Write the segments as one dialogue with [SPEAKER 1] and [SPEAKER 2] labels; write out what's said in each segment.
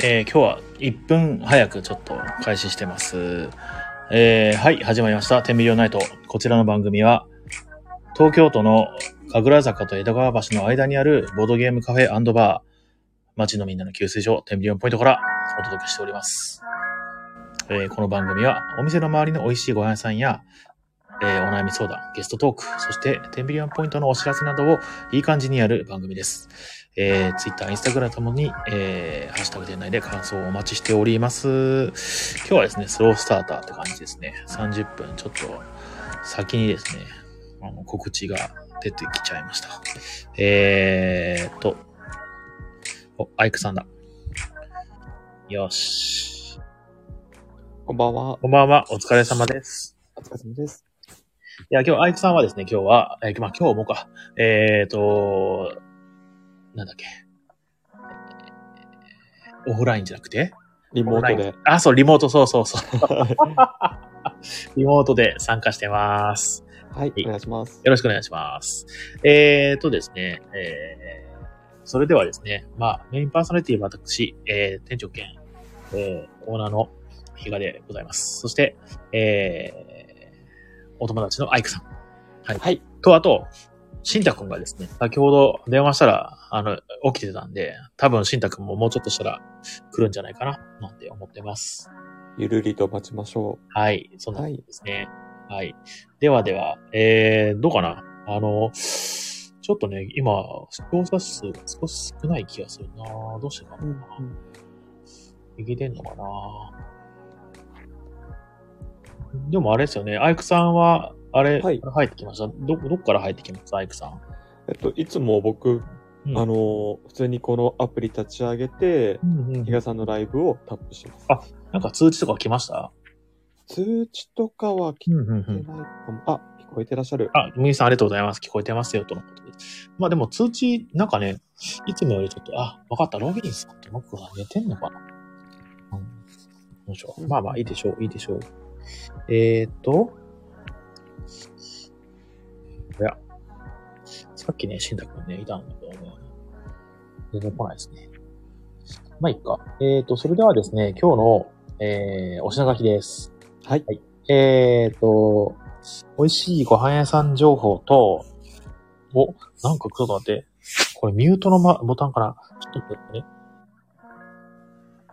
[SPEAKER 1] えー今日は1分早くちょっと開始してます。えーはい、始まりました。天秤リオナイト。こちらの番組は、東京都の神楽坂と江戸川橋の間にあるボードゲームカフェバー、街のみんなの給水所、天秤リオンポイントからお届けしております。えーこの番組は、お店の周りの美味しいご飯屋さんや、えーお悩み相談、ゲストトーク、そして、テンビリオンポイントのお知らせなどをいい感じにやる番組です。えー、Twitter、Instagram ともに、えー、ハッシュタグ店内で感想をお待ちしております。今日はですね、スロースターターって感じですね。30分、ちょっと先にですね、あの告知が出てきちゃいました。えーっと、お、アイクさんだ。よし。
[SPEAKER 2] こんばんは。
[SPEAKER 1] こんばんは、お疲れ様です。
[SPEAKER 2] お疲れ様です。
[SPEAKER 1] いや、今日、アイクさんはですね、今日は、えーまあ今日もか、えーと、なんだっけ。オフラインじゃなくて
[SPEAKER 2] リモートで。
[SPEAKER 1] あ、そう、リモート、そうそう そう。リモートで参加してます。
[SPEAKER 2] はい、お願いします。
[SPEAKER 1] よろしくお願いします。えーとですね、えー、それではですね、まあ、メインパーソナリティは私、えー、店長兼、えー、オーナーの比嘉でございます。そして、えー、お友達のアイクさん
[SPEAKER 2] はい。
[SPEAKER 1] と、あと、しんたくんがですね、先ほど電話したら、あの、起きてたんで、多分しんたくんももうちょっとしたら来るんじゃないかな、なんて思ってます。
[SPEAKER 2] ゆるりと待ちましょ
[SPEAKER 1] はい、そんな感じですね。はい。ではでは、えー、どうかなあの、ちょっとね、今、視聴者数が少し少ない気がするなどうしてか
[SPEAKER 2] う。
[SPEAKER 1] な、右出んのかなでもあれですよね、アイクさんは、あれ、
[SPEAKER 2] はい
[SPEAKER 1] 入ってきましたど、どっから入ってきましたアイクさん。
[SPEAKER 2] えっと、いつも僕、
[SPEAKER 1] うん
[SPEAKER 2] あのー、普通にこのアプリ立ち上げて、
[SPEAKER 1] うんうん
[SPEAKER 2] 比嘉さんのライブをタップします。
[SPEAKER 1] なんか通知とか来ました
[SPEAKER 2] 通知とかは来て
[SPEAKER 1] んうん
[SPEAKER 2] ないかも。あ、聞こえてらっしゃる。
[SPEAKER 1] あ、むぎさんありがとうございます。聞こえてますよ、とのことです。まあでも通知、なんかね、いつもよりちょっと、あ、わかった、ロビンさんとノックが寝てんのかなうん。どうしよう。まあまあ、いいでしょう、いいでしょう。えーっと、いや、さっきね、しんたくんね、いたんだけどね、全然来ないですね。まあいいか。えーっと、それではですね、今日の、えー、お品書きです。
[SPEAKER 2] はい。
[SPEAKER 1] えーと、美味しいご飯屋さん情報と、お、なんかちょっと待って。これミュートの、ま、ボタンかなちょっと待ってね。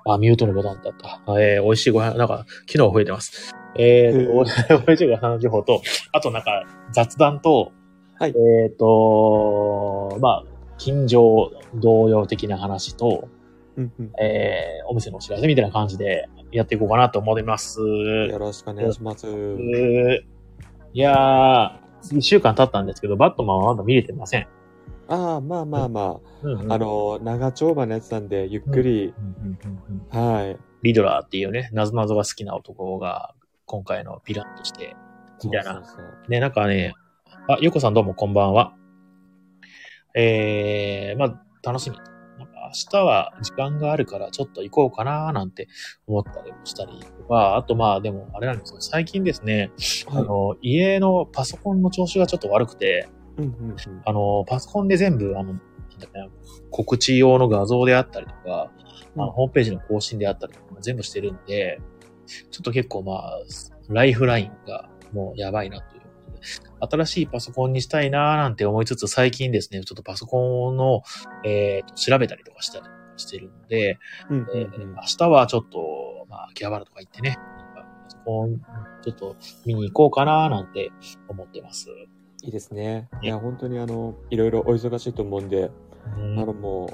[SPEAKER 1] あ、ミュートのボタンだった。あえー、美味しいご飯、なんか、機能増えてます。えーと、美味しいご飯の情報と、あとなんか、雑談と、
[SPEAKER 2] はい
[SPEAKER 1] えーと、まあ、近所同様的な話と、
[SPEAKER 2] うんうん
[SPEAKER 1] えー、お店のお知らせみたいな感じでやっていこうかなと思います。
[SPEAKER 2] よろしくお願いします。
[SPEAKER 1] えーいやー、一週間経ったんですけど、バットマンはまだ見れてません。
[SPEAKER 2] ああ、まあまあま
[SPEAKER 1] うんうん
[SPEAKER 2] あ。あ、のー、長丁場のやつなんで、ゆっくり、
[SPEAKER 1] うんうんうんうん
[SPEAKER 2] はい。
[SPEAKER 1] リドラーっていうね、なぞなぞが好きな男が、今回のヴィランとして。みたいな
[SPEAKER 2] そうそうそう
[SPEAKER 1] ね、なんかね、あ、ゆこさんどうもこんばんは。えー、まあ、楽しみ。なんか明日は時間があるからちょっと行こうかなーなんて思ったりもしたりとか、あとまあでもあれなんですよ。最近ですね、あ
[SPEAKER 2] はい。
[SPEAKER 1] の、家のパソコンの調子がちょっと悪くて、
[SPEAKER 2] うんうんうん。
[SPEAKER 1] あの、パソコンで全部、あの、なんだっけな告知用の画像であったりとか、あ
[SPEAKER 2] うん
[SPEAKER 1] の、ホームページの更新であったりとか、全部してるんで、ちょっと結構まあ、ライフラインがもうやばいなということで。新しいパソコンにしたいなーなんて思いつつ、最近ですね、ちょっとパソコンの、えーと、調べたりとかしたりしてるので、
[SPEAKER 2] うんう
[SPEAKER 1] え
[SPEAKER 2] ん
[SPEAKER 1] ー
[SPEAKER 2] うん
[SPEAKER 1] 明日はちょっと、まあ、秋葉原とか行ってね、パソコン、ちょっと見に行こうかなーなんて思ってます。
[SPEAKER 2] いいですね。
[SPEAKER 1] ね
[SPEAKER 2] いや、本当にあの、いろいろお忙しいと思うんで、
[SPEAKER 1] うん
[SPEAKER 2] あのもう、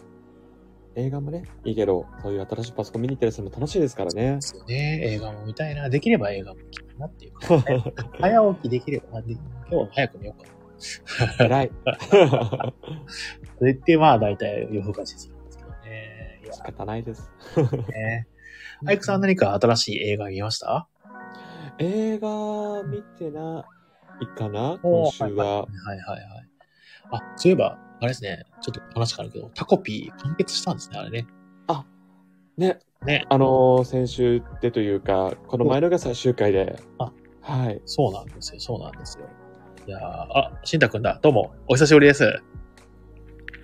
[SPEAKER 2] 映画もね、いいけど、そういう新しいパソコン見に行ったりするのも楽しいですから ね
[SPEAKER 1] で。すよね。映画も見たいな。できれば映画も見たいなっていうか、早起きできれば、あで今日は早く寝ようかな。
[SPEAKER 2] 偉い。 仕
[SPEAKER 1] それってまあ大体夜更かしするんですけどね。いや
[SPEAKER 2] 方ないです。
[SPEAKER 1] ね。アイクさん何か新しい映画見ました
[SPEAKER 2] 映画見てないかな
[SPEAKER 1] お
[SPEAKER 2] 今
[SPEAKER 1] ー
[SPEAKER 2] 週は。
[SPEAKER 1] はいはいはい。あ、そういえば、あれですね。ちょっと話変わるけど、タコピー完結したんですね、あれね。
[SPEAKER 2] ね、
[SPEAKER 1] ね。
[SPEAKER 2] あの、ー、先週でというか、この前のが最終回で
[SPEAKER 1] あ。
[SPEAKER 2] はい。
[SPEAKER 1] そうなんですよ、そうなんですよ。いやーあ、しんたくんだ。どうも、お久しぶりです。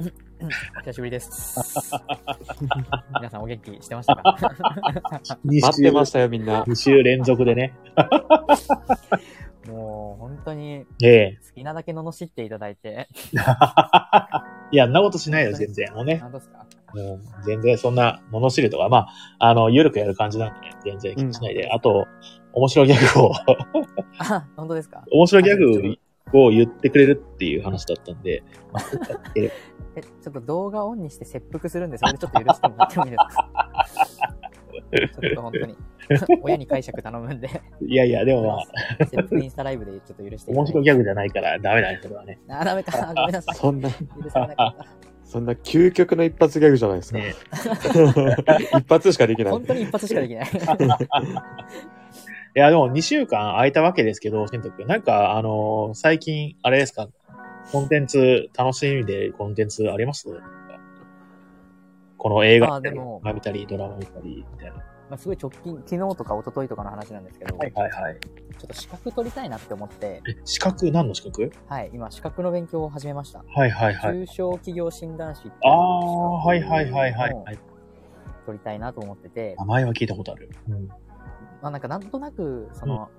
[SPEAKER 3] うん、お久しぶ りです。皆さんお元気してましたか
[SPEAKER 2] 待ってましたよ、みんな。
[SPEAKER 1] 2週連続でね。
[SPEAKER 3] もう本当に
[SPEAKER 1] ええ。
[SPEAKER 3] 好きなだけ罵っていただいて。
[SPEAKER 1] いや、そんなことしないよ、全然。もうね。
[SPEAKER 3] 何ですか
[SPEAKER 1] もう全然そんな、物知るとか、まあ、あの、緩くやる感じなんでね、全然気にしないで。あと、面白ギャグを、
[SPEAKER 3] あ、本当ですか
[SPEAKER 1] 面白ギャグを言ってくれるっていう話だったんで、まあそうやって
[SPEAKER 3] え、ちょっと動画オンにして切腹するんで、それでちょっと許してもらってもいいですかちょっと本当に。 親に解釈頼むんで。
[SPEAKER 1] いやいや、でもまあ、
[SPEAKER 3] 切腹インスタライブでちょっと許していただいて。
[SPEAKER 1] 面白ギャグじゃないからダメだね、それはね。
[SPEAKER 3] あ、ダメか。ごめんなさい。
[SPEAKER 2] そんな、
[SPEAKER 3] 許されなかっ
[SPEAKER 2] そんな究極の一発ギャグじゃないですか。
[SPEAKER 1] ね
[SPEAKER 2] 一発しかできな
[SPEAKER 3] た。
[SPEAKER 2] い。
[SPEAKER 3] 本当に一発しかできな
[SPEAKER 1] い
[SPEAKER 3] い。
[SPEAKER 1] や、でも2週間空いたわけですけど、しんとくん。なんか、あのー最近、あれですか、コンテンツ、楽しみでコンテンツありますこの映画
[SPEAKER 3] あでも
[SPEAKER 1] 見たり、ドラマ見たり、みたいな。
[SPEAKER 3] まあすごい直近、昨日とか一昨日とかの話なんですけど、
[SPEAKER 1] はいはいはい。
[SPEAKER 3] ちょっと資格取りたいなって思って、
[SPEAKER 1] え資格、何の資格
[SPEAKER 3] はい、今、資格の勉強を始めました。
[SPEAKER 1] はいはいはい。
[SPEAKER 3] 中小企業診断士っていう資
[SPEAKER 1] あ
[SPEAKER 3] 格
[SPEAKER 1] あ、はいはいはいはい
[SPEAKER 3] を
[SPEAKER 1] はい。
[SPEAKER 3] 取りたいなと思ってて
[SPEAKER 1] 名、前は聞いたことある。うん。
[SPEAKER 3] まあなんかなんとなく、その、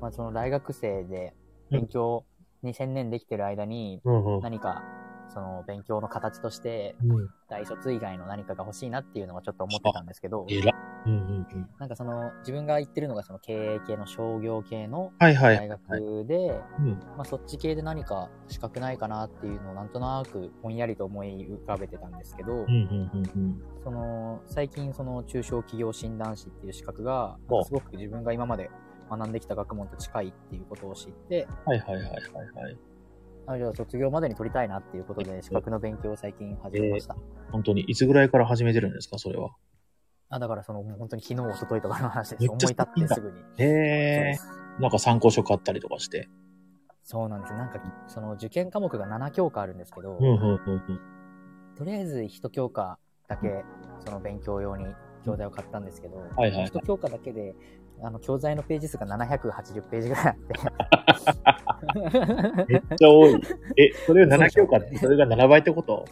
[SPEAKER 3] まあその大学生で勉強に専念できてる間に、
[SPEAKER 1] うんうん。
[SPEAKER 3] 何か、その勉強の形として、
[SPEAKER 1] うん、
[SPEAKER 3] 大卒以外の何かが欲しいなっていうのはちょっと思ってたんですけど、
[SPEAKER 1] えら。うんうんうん。
[SPEAKER 3] なんかその、自分が言ってるのがその経営系の商業系の
[SPEAKER 1] はいはい。
[SPEAKER 3] 大学で、
[SPEAKER 1] うん。
[SPEAKER 3] まあ、そっち系で何か資格ないかなっていうのをなんとなくぼんやりと思い浮かべてたんですけど、
[SPEAKER 1] うんうんうん
[SPEAKER 3] その最近その中小企業診断士っていう資格が
[SPEAKER 1] お
[SPEAKER 3] なんかすごく自分が今まで学んできた学問と近いっていうことを知って
[SPEAKER 1] うん。はいはいはいはいはい。
[SPEAKER 3] あじゃあ卒業までに取りたいなっていうことで資格の勉強を最近始めました、
[SPEAKER 1] 本当に、いつぐらいから始めてるんですか、それは。
[SPEAKER 3] あだからそのもう本当に昨日一昨日とかの話です
[SPEAKER 1] めっ
[SPEAKER 3] 思い
[SPEAKER 1] ちゃ
[SPEAKER 3] 立ってすぐに
[SPEAKER 1] へ
[SPEAKER 3] そうで
[SPEAKER 1] え。
[SPEAKER 3] す
[SPEAKER 1] なんか参考書買ったりとかして。
[SPEAKER 3] そうなんですなんかその受験科目が7教科あるんですけど、
[SPEAKER 1] うんうんうんうん。
[SPEAKER 3] とりあえず一教科だけその勉強用に教材を買ったんですけど、
[SPEAKER 1] はいはいはい
[SPEAKER 3] 一教科だけであの教材のページ数が780ページぐらいあっ
[SPEAKER 1] め
[SPEAKER 3] て
[SPEAKER 1] っちゃ多い。え、それを7教科って、それが7倍って こと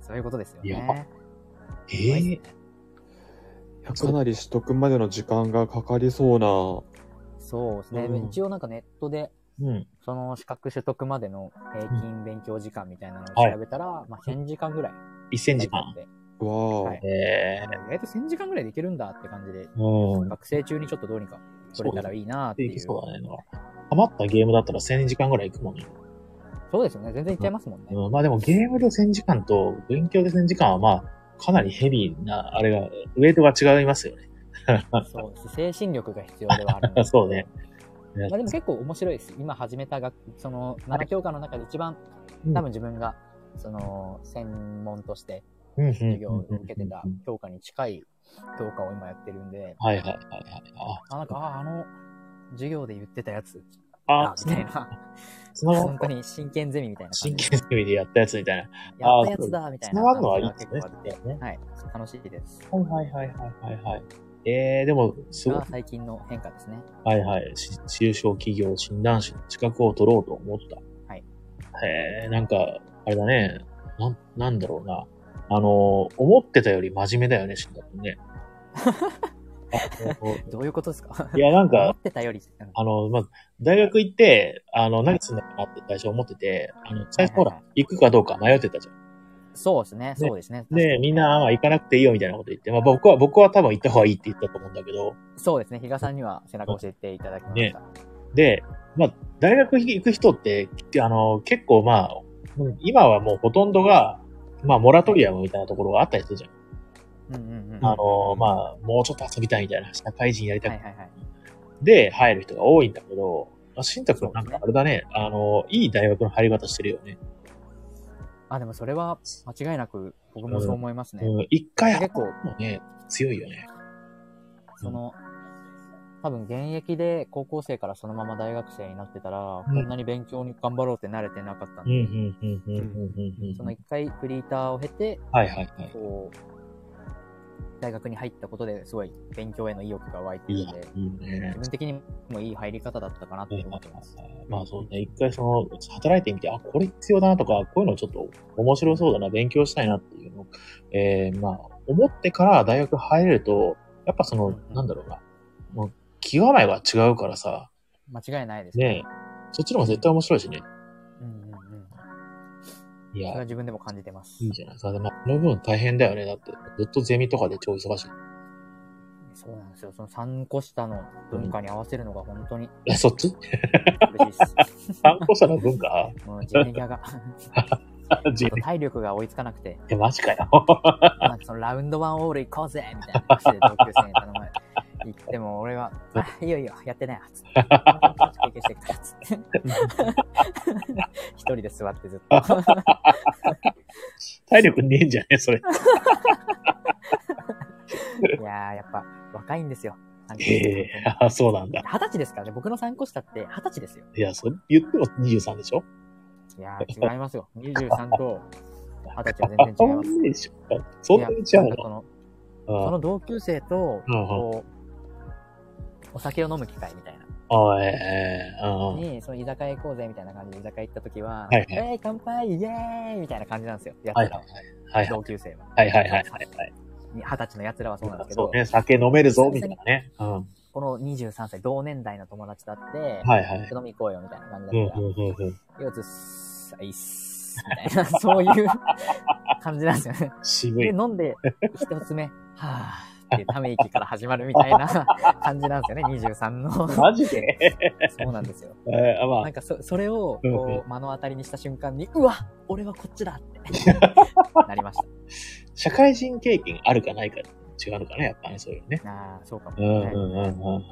[SPEAKER 3] そういうことですよ
[SPEAKER 1] やば
[SPEAKER 3] ね。
[SPEAKER 1] え
[SPEAKER 3] 怖
[SPEAKER 1] ー
[SPEAKER 3] いですね
[SPEAKER 2] いやかなり取得までの時間がかかりそうな。
[SPEAKER 3] そうですね、
[SPEAKER 1] うん
[SPEAKER 3] 一応なんかネットで
[SPEAKER 1] うん。
[SPEAKER 3] その資格取得までの平均勉強時間みたいなのを
[SPEAKER 1] はい
[SPEAKER 3] 調べたら、まあ、1000時間ぐらい
[SPEAKER 1] 1000
[SPEAKER 3] 書
[SPEAKER 1] 時
[SPEAKER 3] いてあっ
[SPEAKER 1] 間。
[SPEAKER 3] て
[SPEAKER 2] わあ、
[SPEAKER 3] はい
[SPEAKER 1] ええ
[SPEAKER 3] あの意外と1000時間ぐらいできるんだって感じで、
[SPEAKER 1] うん。
[SPEAKER 3] 学生中にちょっとどうにか取れたらいいなって
[SPEAKER 1] で
[SPEAKER 3] い
[SPEAKER 1] き
[SPEAKER 3] う。
[SPEAKER 1] そうだね。なんかハマったゲームだったら1000時間ぐらいいくもんね。
[SPEAKER 3] そうですよね。全然いっちゃいますもんね。
[SPEAKER 1] うん、まあでもゲームで1000時間と勉強で1000時間はまあ、かなりヘビーな、あれが、ウェイトが違いますよね。
[SPEAKER 3] そうです。精神力が必要ではあるんですけ ど
[SPEAKER 1] そうね。
[SPEAKER 3] まあでも結構面白いです。今始めた学、その7教科の中で一番、
[SPEAKER 1] うん
[SPEAKER 3] 多分自分が、その、専門として
[SPEAKER 1] うんうん
[SPEAKER 3] 授業を受けてた
[SPEAKER 1] うんうん
[SPEAKER 3] 教科に近い教科を今やってるんで、
[SPEAKER 1] はいはいはいはい。
[SPEAKER 3] あ、なんか、あ、あの、授業で言ってたやつ、
[SPEAKER 1] あ
[SPEAKER 3] あ
[SPEAKER 1] あ、、
[SPEAKER 3] みたいな、
[SPEAKER 1] つながる
[SPEAKER 3] 本当に真剣ゼミみたいな感
[SPEAKER 1] 真
[SPEAKER 3] じ
[SPEAKER 1] 剣ゼミでやったやつみたいな。
[SPEAKER 3] で、やったやつだ、みたい
[SPEAKER 1] つな
[SPEAKER 3] な
[SPEAKER 1] がるのはい
[SPEAKER 3] 感
[SPEAKER 1] い
[SPEAKER 3] じが
[SPEAKER 1] です
[SPEAKER 3] 結
[SPEAKER 1] ね
[SPEAKER 3] 構あって、。はい、楽しいです。
[SPEAKER 1] はいはいはいはいはいはい。えー、でも、す
[SPEAKER 3] それ
[SPEAKER 1] ごい
[SPEAKER 3] が。最近の変化ですね。
[SPEAKER 1] はいはい。し中小企業診断士の資格を取ろうと思った。
[SPEAKER 3] はい。
[SPEAKER 1] へえ、なんか、あれだね。なん、なんだろうな。あの、思ってたより真面目だよね、診断君 ね。あの
[SPEAKER 3] どういうことですか
[SPEAKER 1] いや、なん
[SPEAKER 3] 思
[SPEAKER 1] か
[SPEAKER 3] っ、てたより、うん
[SPEAKER 1] あの、まず、大学行って、あの、何するんだろうなって最初思ってて、あの、最初ほ
[SPEAKER 3] は
[SPEAKER 1] ら
[SPEAKER 3] いは、
[SPEAKER 1] 行くかどうか迷ってたじゃん。
[SPEAKER 3] そうですね、そうですね。確か
[SPEAKER 1] で、
[SPEAKER 3] に
[SPEAKER 1] みんな、まあ、行かなくていいよみたいなこと言って、まあ、僕は、僕は多分行った方がいいって言ったと思うんだけど、
[SPEAKER 3] そうですね、比嘉さんには背中を教えていただきました。
[SPEAKER 1] で、まあ、大学行く人って、あの、結構まあ、うん今はもうほとんどが、まあ、モラトリアムみたいなところがあったりするじゃん。
[SPEAKER 3] うんうんうん。
[SPEAKER 1] あの、まあ、もうちょっと遊びたいみたいな、社会人やりた
[SPEAKER 3] はい
[SPEAKER 1] く
[SPEAKER 3] はいはい。
[SPEAKER 1] で入る人が多いんだけど、まあ、新宅君なん
[SPEAKER 3] そう
[SPEAKER 1] か
[SPEAKER 3] ですね
[SPEAKER 1] あれだね、あの、いい大学の入り方してるよね。
[SPEAKER 3] あ、でもそれは間違いなく僕もそう思いますね。
[SPEAKER 1] うん、一回入
[SPEAKER 3] 結
[SPEAKER 1] る
[SPEAKER 3] 構、
[SPEAKER 1] のね、強いよね。
[SPEAKER 3] その、多分現役で高校生からそのまま大学生になってたら、
[SPEAKER 1] うん
[SPEAKER 3] こんなに勉強に頑張ろうって慣れてなかった
[SPEAKER 1] うん、
[SPEAKER 3] んで、
[SPEAKER 1] うん、うん、うん、うん、うん
[SPEAKER 3] その一回フリーターを経て、
[SPEAKER 1] はいはいはい。
[SPEAKER 3] こう、大学に入ったことですごい勉強への意欲が湧いて
[SPEAKER 1] い
[SPEAKER 3] る
[SPEAKER 1] や
[SPEAKER 3] んで、、
[SPEAKER 1] いいね
[SPEAKER 3] 自。分的にもいい入り方だったかなって思ってます。
[SPEAKER 1] まあそうね、一回その、働いてみて、あ、これ必要だなとか、こういうのちょっと面白そうだな、勉強したいなっていうのを、えー、まあ、思ってから大学入れると、やっぱその、なんだろうな、もう、極まいは違うからさ、
[SPEAKER 3] 間違いないです
[SPEAKER 1] ねえそっちの方が絶対面白いしね。
[SPEAKER 3] うんうんうん。
[SPEAKER 1] い
[SPEAKER 3] それは
[SPEAKER 1] や、い
[SPEAKER 3] 自分でも感じてます。
[SPEAKER 1] いじゃないですか。でも、その分大変だよね。だって、ずっとゼミとかで超忙しい。
[SPEAKER 3] そうなんですよ。その3個下の文化に合わせるのが本当に
[SPEAKER 1] え、そっ ち
[SPEAKER 3] 嬉しいです。
[SPEAKER 1] 参考者の文 化
[SPEAKER 3] もうジェネギャが。
[SPEAKER 1] 人
[SPEAKER 3] あと体力が追いつかなくて、
[SPEAKER 1] え、マジかよ。
[SPEAKER 3] なんかそのラウンドワンオール行こうぜみたいな感じで同級生に頼まれ行っても俺は、あ、いいよいいよ、やってないわ、 つって。経験してくから、つって。一人で座ってずっ と。
[SPEAKER 1] 体力ねえんじゃねえそれ。
[SPEAKER 3] いやー、やっぱ若いんですよ。なんか
[SPEAKER 1] ええあそうなんだ。
[SPEAKER 3] 二十歳ですからね。僕の参考したって二十歳ですよ。
[SPEAKER 1] いや、そ言っても23でしょ
[SPEAKER 3] いやー、違いますよ。23と二十歳は全然
[SPEAKER 1] あ、
[SPEAKER 3] 違いま
[SPEAKER 1] ん
[SPEAKER 3] す。
[SPEAKER 1] までしょ そんなに違
[SPEAKER 3] いうやなんかそのそ
[SPEAKER 1] の
[SPEAKER 3] の同級生と、
[SPEAKER 1] うんうん
[SPEAKER 3] こう、お酒を飲む機会みたいな。
[SPEAKER 1] ああ、ええうんうん。
[SPEAKER 3] に、その居酒屋行こうぜみたいな感じで居酒屋行った時は、
[SPEAKER 1] いはい
[SPEAKER 3] えー、乾杯イエーイみたいな感じなんですよ。や
[SPEAKER 1] は
[SPEAKER 3] つ
[SPEAKER 1] い
[SPEAKER 3] らは。
[SPEAKER 1] はいはい。
[SPEAKER 3] 同級生は。
[SPEAKER 1] はいはいはいはいはい。
[SPEAKER 3] 二十歳のやつらはそうなんですけ
[SPEAKER 1] そ
[SPEAKER 3] ど
[SPEAKER 1] う、ね、酒飲めるぞ、みたいなね。うん。は
[SPEAKER 3] この23歳、同年代の友達だって
[SPEAKER 1] い、はい。
[SPEAKER 3] 飲み行こうよみたいな感じ
[SPEAKER 1] うん
[SPEAKER 3] だ
[SPEAKER 1] う
[SPEAKER 3] った
[SPEAKER 1] ん
[SPEAKER 3] ら、
[SPEAKER 1] うんうん。
[SPEAKER 3] 腰痛っす、あいっす、みたいな、 そういう感じなんです よね。
[SPEAKER 1] 渋
[SPEAKER 3] で、
[SPEAKER 1] い。
[SPEAKER 3] 飲んで、一つ目、はぁ、ってため息から始まるみたいな感じなんですよね、23の。そ
[SPEAKER 1] マジで
[SPEAKER 3] うなんですよ。
[SPEAKER 1] え えあ、ま
[SPEAKER 3] な
[SPEAKER 1] あ
[SPEAKER 3] ん、かそそれを
[SPEAKER 1] うん
[SPEAKER 3] こう目の当たりにした瞬間に、うわ俺はこっちだって なりまし
[SPEAKER 1] 社会人経験あるかないか違うのかね、やっぱね、そういうのね。
[SPEAKER 3] た。ああ、そうかも
[SPEAKER 1] うんうん
[SPEAKER 3] ね。
[SPEAKER 1] うんうんうんうん。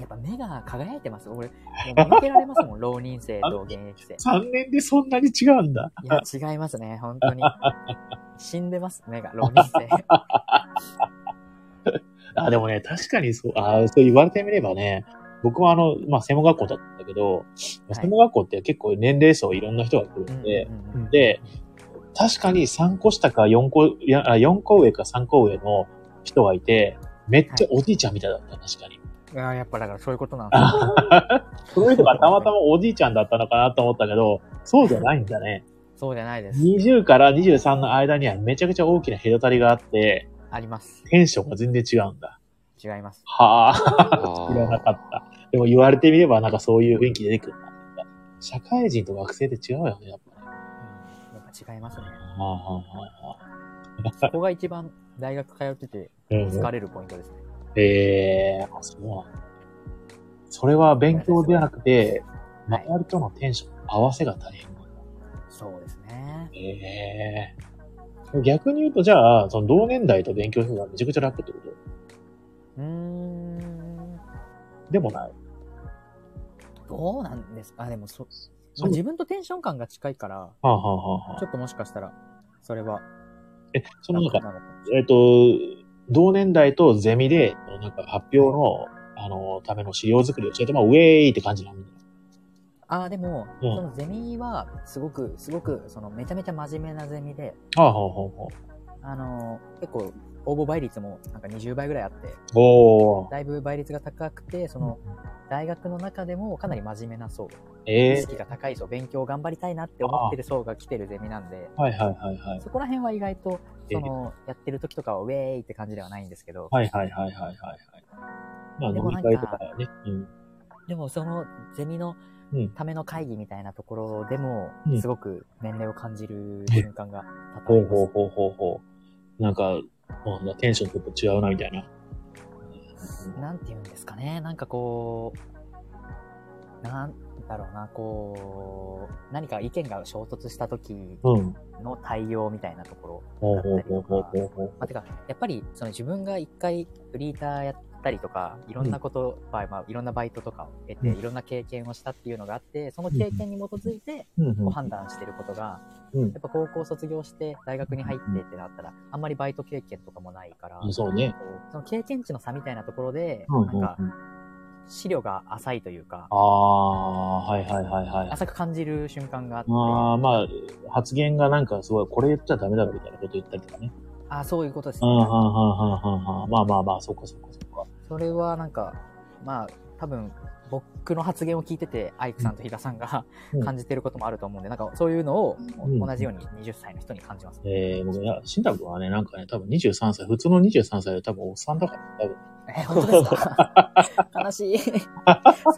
[SPEAKER 3] やっぱ目が輝いてます。俺、もう見受けられますも ん、浪人生と現役生。
[SPEAKER 1] 3年でそんなに違うんだ。
[SPEAKER 3] いや、違いますね、本 当に。死んでます、目が、浪人生。
[SPEAKER 1] あ、でもね、確かにそう、あそう言われてみればね、僕はあの、まあ、専門学校だったんだけど、専門学校って結構年齢層いろんな人が来るんで、
[SPEAKER 3] うんうんうん
[SPEAKER 1] で、確かに3個下か4個、いや、あ4個上か3個上の人がいて、めっちゃおじいちゃんみたいだった、確かに。
[SPEAKER 3] いや、やっぱだからそういうことなんですよ。
[SPEAKER 1] その人がたまたまおじいちゃんだったのかなと思ったけど、そうじゃないんだね。
[SPEAKER 3] そうじゃないです。
[SPEAKER 1] 20から23の間にはめちゃくちゃ大きな隔たりがあって、
[SPEAKER 3] あります。
[SPEAKER 1] テンションが全然違うんだ。
[SPEAKER 3] 違います。
[SPEAKER 1] はあ。
[SPEAKER 2] あ
[SPEAKER 1] 知らなかった。でも言われてみれば、なんかそういう雰囲気出てくるな。社会人と学生って違うよね、やっぱね。
[SPEAKER 3] うんやっぱ違いますね。
[SPEAKER 1] はあはあは
[SPEAKER 3] そこが一番大学通ってて
[SPEAKER 1] あは
[SPEAKER 3] 疲
[SPEAKER 1] あ
[SPEAKER 3] れるポイントですね。
[SPEAKER 1] うん。えー、あそうなんだそれは勉強ではなくて、
[SPEAKER 3] はい
[SPEAKER 1] 周りとのテンション合わせが大変なんだ。
[SPEAKER 3] そうですね。
[SPEAKER 1] えー。逆に言うと、じゃあ、その同年代と勉強するのがめちゃくちゃ楽ってこと
[SPEAKER 3] うーん。
[SPEAKER 1] でもない。
[SPEAKER 3] どうなんですかあでもそ、ま
[SPEAKER 1] そ
[SPEAKER 3] あ
[SPEAKER 1] う
[SPEAKER 3] 自分とテンション感が近いから、
[SPEAKER 1] はあはあはあは
[SPEAKER 3] ち
[SPEAKER 1] あ。
[SPEAKER 3] ょっともしかしたら、それは
[SPEAKER 1] え、その
[SPEAKER 3] 楽
[SPEAKER 1] なんか
[SPEAKER 3] な、のかも。
[SPEAKER 1] えっ、と、同年代とゼミで、なんか発表の、あの、ための資料作りをしてて、まあ、ウェーイって感じなんだ。
[SPEAKER 3] ああ、でも、
[SPEAKER 1] うん
[SPEAKER 3] そのゼミは、すごく、すごく、その、めちゃめちゃ真面目なゼミで、
[SPEAKER 1] ああ、ほうほうほ
[SPEAKER 3] あのー結構、応募倍率もなんか20倍ぐらいあって、
[SPEAKER 1] う。おー。
[SPEAKER 3] だいぶ倍率が高くて、その、大学の中でもかなり真面目な層、意
[SPEAKER 1] ええ
[SPEAKER 3] 識が高い層、勉強頑張りたいなって思ってる層が来てるゼミなんで、
[SPEAKER 1] はいはいはいはい。
[SPEAKER 3] そこら辺は意外と、
[SPEAKER 1] え
[SPEAKER 3] その、やってる時とかはウェーイって感じではないんですけど、
[SPEAKER 1] はいはいはいはいはいはい。まあ、
[SPEAKER 3] で
[SPEAKER 1] 飲
[SPEAKER 3] も
[SPEAKER 1] み
[SPEAKER 3] なんか
[SPEAKER 1] 会とかね。うん。
[SPEAKER 3] でもそのゼミの
[SPEAKER 1] うん
[SPEAKER 3] ための会議みたいなところでも
[SPEAKER 1] う、ん
[SPEAKER 3] すごく年齢を感じる瞬間が
[SPEAKER 1] ほう
[SPEAKER 3] 多々あり
[SPEAKER 1] ほう
[SPEAKER 3] ま
[SPEAKER 1] ほうほうほう。なんか、なんだテンションちょっと違うなみたいな。
[SPEAKER 3] す。なんて言うんですかね、なんかこう、なんだろうな、こう、何か意見が衝突した時
[SPEAKER 1] うん。
[SPEAKER 3] の対応みたいなところ。
[SPEAKER 1] ほうほうほうほうほうほう。
[SPEAKER 3] まあ、てか、やっぱりその自分が一回フリーターやったりとか、いろんなこと、まあまあ、いろんなバイトとかを得て、
[SPEAKER 1] うん
[SPEAKER 3] いろんな経験をしたっていうのがあって、その経験に基づいて、
[SPEAKER 1] うんう。
[SPEAKER 3] こうん判断してることが、
[SPEAKER 1] うん
[SPEAKER 3] やっぱ高校卒業して大学に入ってってなったら、あんまりバイト経験とかもないから、
[SPEAKER 1] あそうね。
[SPEAKER 3] その経験値の差みたいなところで、
[SPEAKER 1] うんうんう
[SPEAKER 3] なん
[SPEAKER 1] ん。
[SPEAKER 3] か資料が浅いというか
[SPEAKER 1] あ、あ、はいはいはいはい。
[SPEAKER 3] 浅く感じる瞬間があって、
[SPEAKER 1] ああ、まあ、発言がなんかすごい、これ言っちゃダメだろみたいなこと言ったりとかね。
[SPEAKER 3] あ、そういうことです
[SPEAKER 1] あ
[SPEAKER 3] ね。
[SPEAKER 1] はあはあはあはあ。まあまあまあ、そっかそっかそっか。
[SPEAKER 3] それはなんか、まあ、多分、僕の発言を聞いてて、アイクさんとヒラさんが
[SPEAKER 1] うん
[SPEAKER 3] 感じてることもあると思うんで、なんかそういうのを
[SPEAKER 1] うん
[SPEAKER 3] 同じように20歳の人に感じます。
[SPEAKER 1] えー、僕、いや、慎太郎はね、なんかね、多分23歳、普通の23歳で多分おっさんだから、多分。
[SPEAKER 3] え、本当ですか 悲しい。そう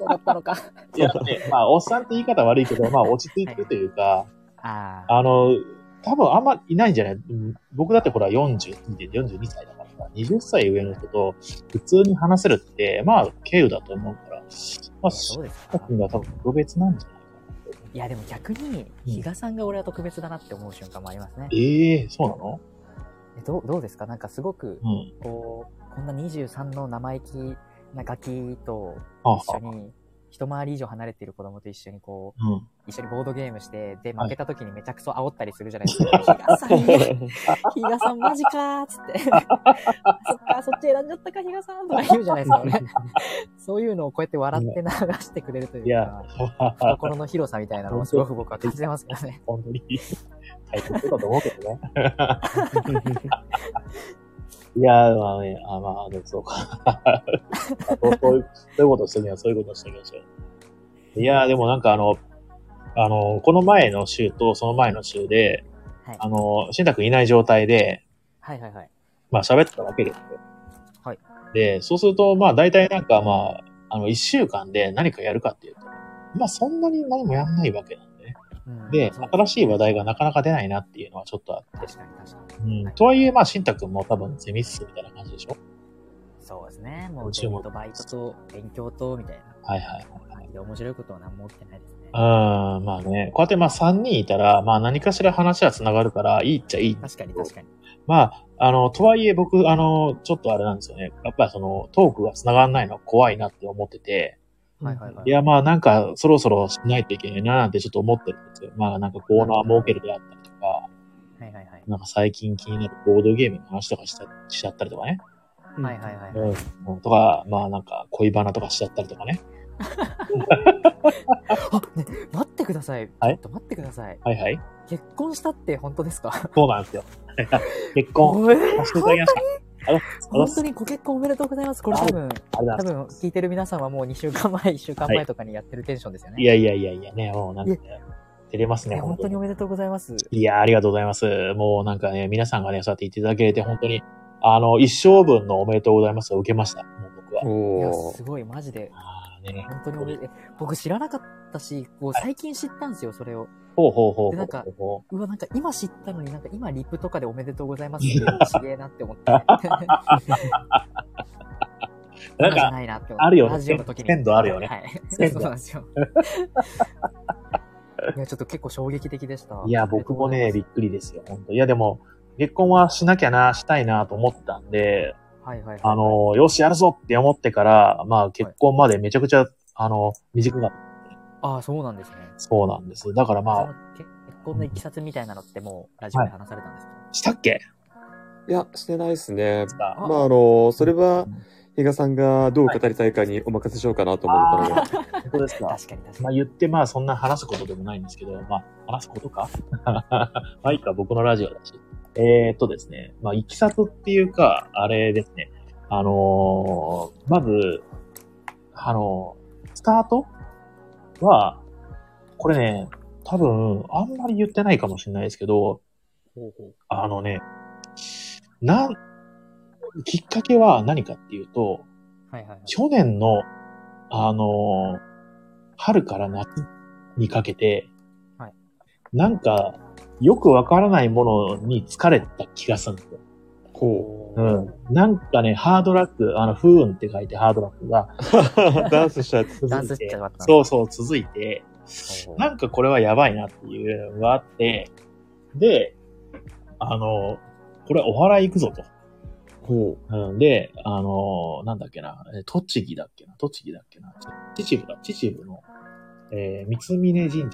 [SPEAKER 3] だった のか。
[SPEAKER 1] いや、ね、まあ、おっさんって言い方悪いけど、まあ、落ち着いてるというか、
[SPEAKER 3] ああ、
[SPEAKER 1] あの、多分あんまいないんじゃないうん僕だってほら40、42歳だからさ、20歳上の人と普通に話せるって、まあ、経由だと思うから、まあ、
[SPEAKER 3] そうです
[SPEAKER 1] 僕
[SPEAKER 3] か。
[SPEAKER 1] には多分特別なんじゃない
[SPEAKER 3] いや、でも逆に、比嘉さんが俺は特別だなって思う瞬間もありますね。
[SPEAKER 1] ええそうなの
[SPEAKER 3] えどうどうですかなんかすごく、
[SPEAKER 1] うん。
[SPEAKER 3] こう、こんな23の生意気なガキと
[SPEAKER 1] あ
[SPEAKER 3] 一緒に、一回り以上離れている子供と一緒にこう、
[SPEAKER 1] うん。
[SPEAKER 3] 一緒にボードゲームして、で、
[SPEAKER 1] はい
[SPEAKER 3] 負けた時にめちゃくそ煽ったりするじゃないですか。ヒガ さん、ヒガさんマジかーっつって。そっか、そっち選んじゃったか、ヒガさんとか言うじゃないですか、俺。そういうのをこうやって笑って流してくれるという
[SPEAKER 1] いや
[SPEAKER 3] か、、心の広さみたいなのをすごく僕は感じてますけどね。
[SPEAKER 1] 本当に大切だと思うけどね。いやー、まあね、あまあ、でもそうか。 そうそういうそういうことするにはそういうことしていきましょう。いやー、でもなんかあの、あの、この前の週とその前の週で、
[SPEAKER 3] はい
[SPEAKER 1] あの、新宅いない状態で、
[SPEAKER 3] はいはいはい。
[SPEAKER 1] まあ喋ってたわけですよ。
[SPEAKER 3] はい。
[SPEAKER 1] で、そうすると、まあ大体なんかまあ、あの、一週間で何かやるかっていうと、まあそんなに何もやんないわけなんでね。
[SPEAKER 3] うん
[SPEAKER 1] で、
[SPEAKER 3] そう
[SPEAKER 1] 新しい話題がなかなか出ないなっていうのはちょっとあって。
[SPEAKER 3] 確かに確かに。
[SPEAKER 1] うん、とはいえ、まあ、しんたくんも多分ゼミ室みたいな感じでしょ
[SPEAKER 3] そうですね。も
[SPEAKER 1] う
[SPEAKER 3] う、
[SPEAKER 1] ち
[SPEAKER 3] デ
[SPEAKER 1] も
[SPEAKER 3] ートバイトと勉強と、みたいな
[SPEAKER 1] はいはい。
[SPEAKER 3] 感じで面白いことは何も起きてないですね。
[SPEAKER 1] うん、まあね、こうやってまあ3人いたら、まあ何かしら話は繋がるから、いいっちゃいい。
[SPEAKER 3] 確かに確かに。
[SPEAKER 1] まあ、あの、とはいえ僕、あの、ちょっとあれなんですよね。やっぱりその、トークが繋がらないのは怖いなって思ってて、
[SPEAKER 3] はいはいはい
[SPEAKER 1] いやまあなんかそろそろしないといけないななんてちょっと思ってるんですよ。まあなんかコーナー設けるであったりとか、
[SPEAKER 3] はいはいはい。
[SPEAKER 1] なんか最近気になるボードゲームの話とかしたしちゃったりとかね。
[SPEAKER 3] はいはいはい。
[SPEAKER 1] うん。とか、まあなんか恋バナとかしちゃったりとかね。
[SPEAKER 3] あ、ね、待ってください。ちょ
[SPEAKER 1] はい
[SPEAKER 3] っと待ってください。
[SPEAKER 1] はいはい。
[SPEAKER 3] 結婚したって本当ですか
[SPEAKER 1] そうなんですよ。結婚
[SPEAKER 3] ごめん
[SPEAKER 1] させていただきました。ありがとうござ
[SPEAKER 3] 本当
[SPEAKER 1] います
[SPEAKER 3] にご結婚おめでとうございます。これ多
[SPEAKER 1] あ
[SPEAKER 3] 分、
[SPEAKER 1] りがとうご
[SPEAKER 3] 多
[SPEAKER 1] ざい
[SPEAKER 3] 分聞いてる皆さんはもう2週間前、1週間前とかにやってるテンションですよ
[SPEAKER 1] ま
[SPEAKER 3] ね。
[SPEAKER 1] す。いやいやいやいやね、もうなんかね、照れます
[SPEAKER 3] い
[SPEAKER 1] ね、
[SPEAKER 3] や、
[SPEAKER 1] 本
[SPEAKER 3] 本
[SPEAKER 1] 当
[SPEAKER 3] 当に
[SPEAKER 1] に
[SPEAKER 3] お。めでとうございます。
[SPEAKER 1] いや、ありがとうございます。もうなんかね、皆さんがね、そうやって言っていただけて、本当に、あの、一生分のおめでとうございますを受けました。もう僕は。
[SPEAKER 3] いや
[SPEAKER 2] お、
[SPEAKER 3] すごい、マジで。
[SPEAKER 1] あーね。
[SPEAKER 3] 本当におめで、え僕知らなかったし、こう最近知ったんですよ、それを。
[SPEAKER 1] ほうほうほう
[SPEAKER 3] で
[SPEAKER 1] ほ
[SPEAKER 3] な
[SPEAKER 1] うん
[SPEAKER 3] か
[SPEAKER 1] ほうほ
[SPEAKER 3] うわ、なんか今知ったのになんか今リップとかでおめでとうございますって言うのすげえなって 思って。
[SPEAKER 1] う。なん
[SPEAKER 3] じゃ
[SPEAKER 1] か、
[SPEAKER 3] ないなって思って
[SPEAKER 1] あるよね
[SPEAKER 3] ラジオの時に。
[SPEAKER 1] 鮮度あるよね
[SPEAKER 3] はい。
[SPEAKER 1] 鮮
[SPEAKER 3] 鮮
[SPEAKER 1] 度
[SPEAKER 3] 度なんで すよ。いや、ちょっと結構衝撃的でした。
[SPEAKER 1] いや、僕もね、びっくりですよ、本当いや、でも、結婚はしなきゃな、したいなと思ったんで、
[SPEAKER 3] はいはいはい。
[SPEAKER 1] あ、の、よし、やるぞって思ってから、まあ、結婚までめちゃくちゃ、あの、短くなった。
[SPEAKER 3] ああ、そうなんですね。
[SPEAKER 1] そうなんです。だから
[SPEAKER 3] そ
[SPEAKER 1] ま
[SPEAKER 3] の結結婚のいきさつみたいなのってもうラジオで話されたんですか、
[SPEAKER 1] あ、したっけ
[SPEAKER 2] いや、してないですね。
[SPEAKER 1] あ
[SPEAKER 3] あ
[SPEAKER 2] まあ、あの、それは
[SPEAKER 1] うん、
[SPEAKER 2] 比嘉さんがどう語りたいかにお任せしようかなと思ったので。
[SPEAKER 1] 本当ですか。
[SPEAKER 3] 確かに
[SPEAKER 1] ま
[SPEAKER 3] 確か
[SPEAKER 1] あ
[SPEAKER 3] に。
[SPEAKER 1] 言ってまあそんな話すことでもないんですけど、まあ話すことか まあいいか、僕のラジオだし。えー、っとですね、まあいきさつっていうか、あれですね。あのーまず、あのースタートは、これね、多分、あんまり言ってないかもしれないですけど、あのね、なん、きっかけは何かっていうと、
[SPEAKER 3] はいはいはい。
[SPEAKER 1] 去年の、あのー春から夏にかけて、
[SPEAKER 3] はい
[SPEAKER 1] なんか、よくわからないものに疲れた気がするんですよ。
[SPEAKER 2] ほ
[SPEAKER 1] うん。なんかね、ハードラック、あの、不運って書いてハードラックが
[SPEAKER 2] う。ダンスしたやつ。
[SPEAKER 1] 続
[SPEAKER 3] ダンス
[SPEAKER 1] い
[SPEAKER 3] しち
[SPEAKER 1] て
[SPEAKER 3] ゃった、
[SPEAKER 1] そうそう、続いて、なんかこれはやばいなっていうのがあって、で、あの、これはお祓い行くぞと。
[SPEAKER 2] ほ
[SPEAKER 1] うん、で、あのーなんだっけな、えー栃木だっけな、栃木だっけな、ち秩父だ、秩父の、えー、三峯神社に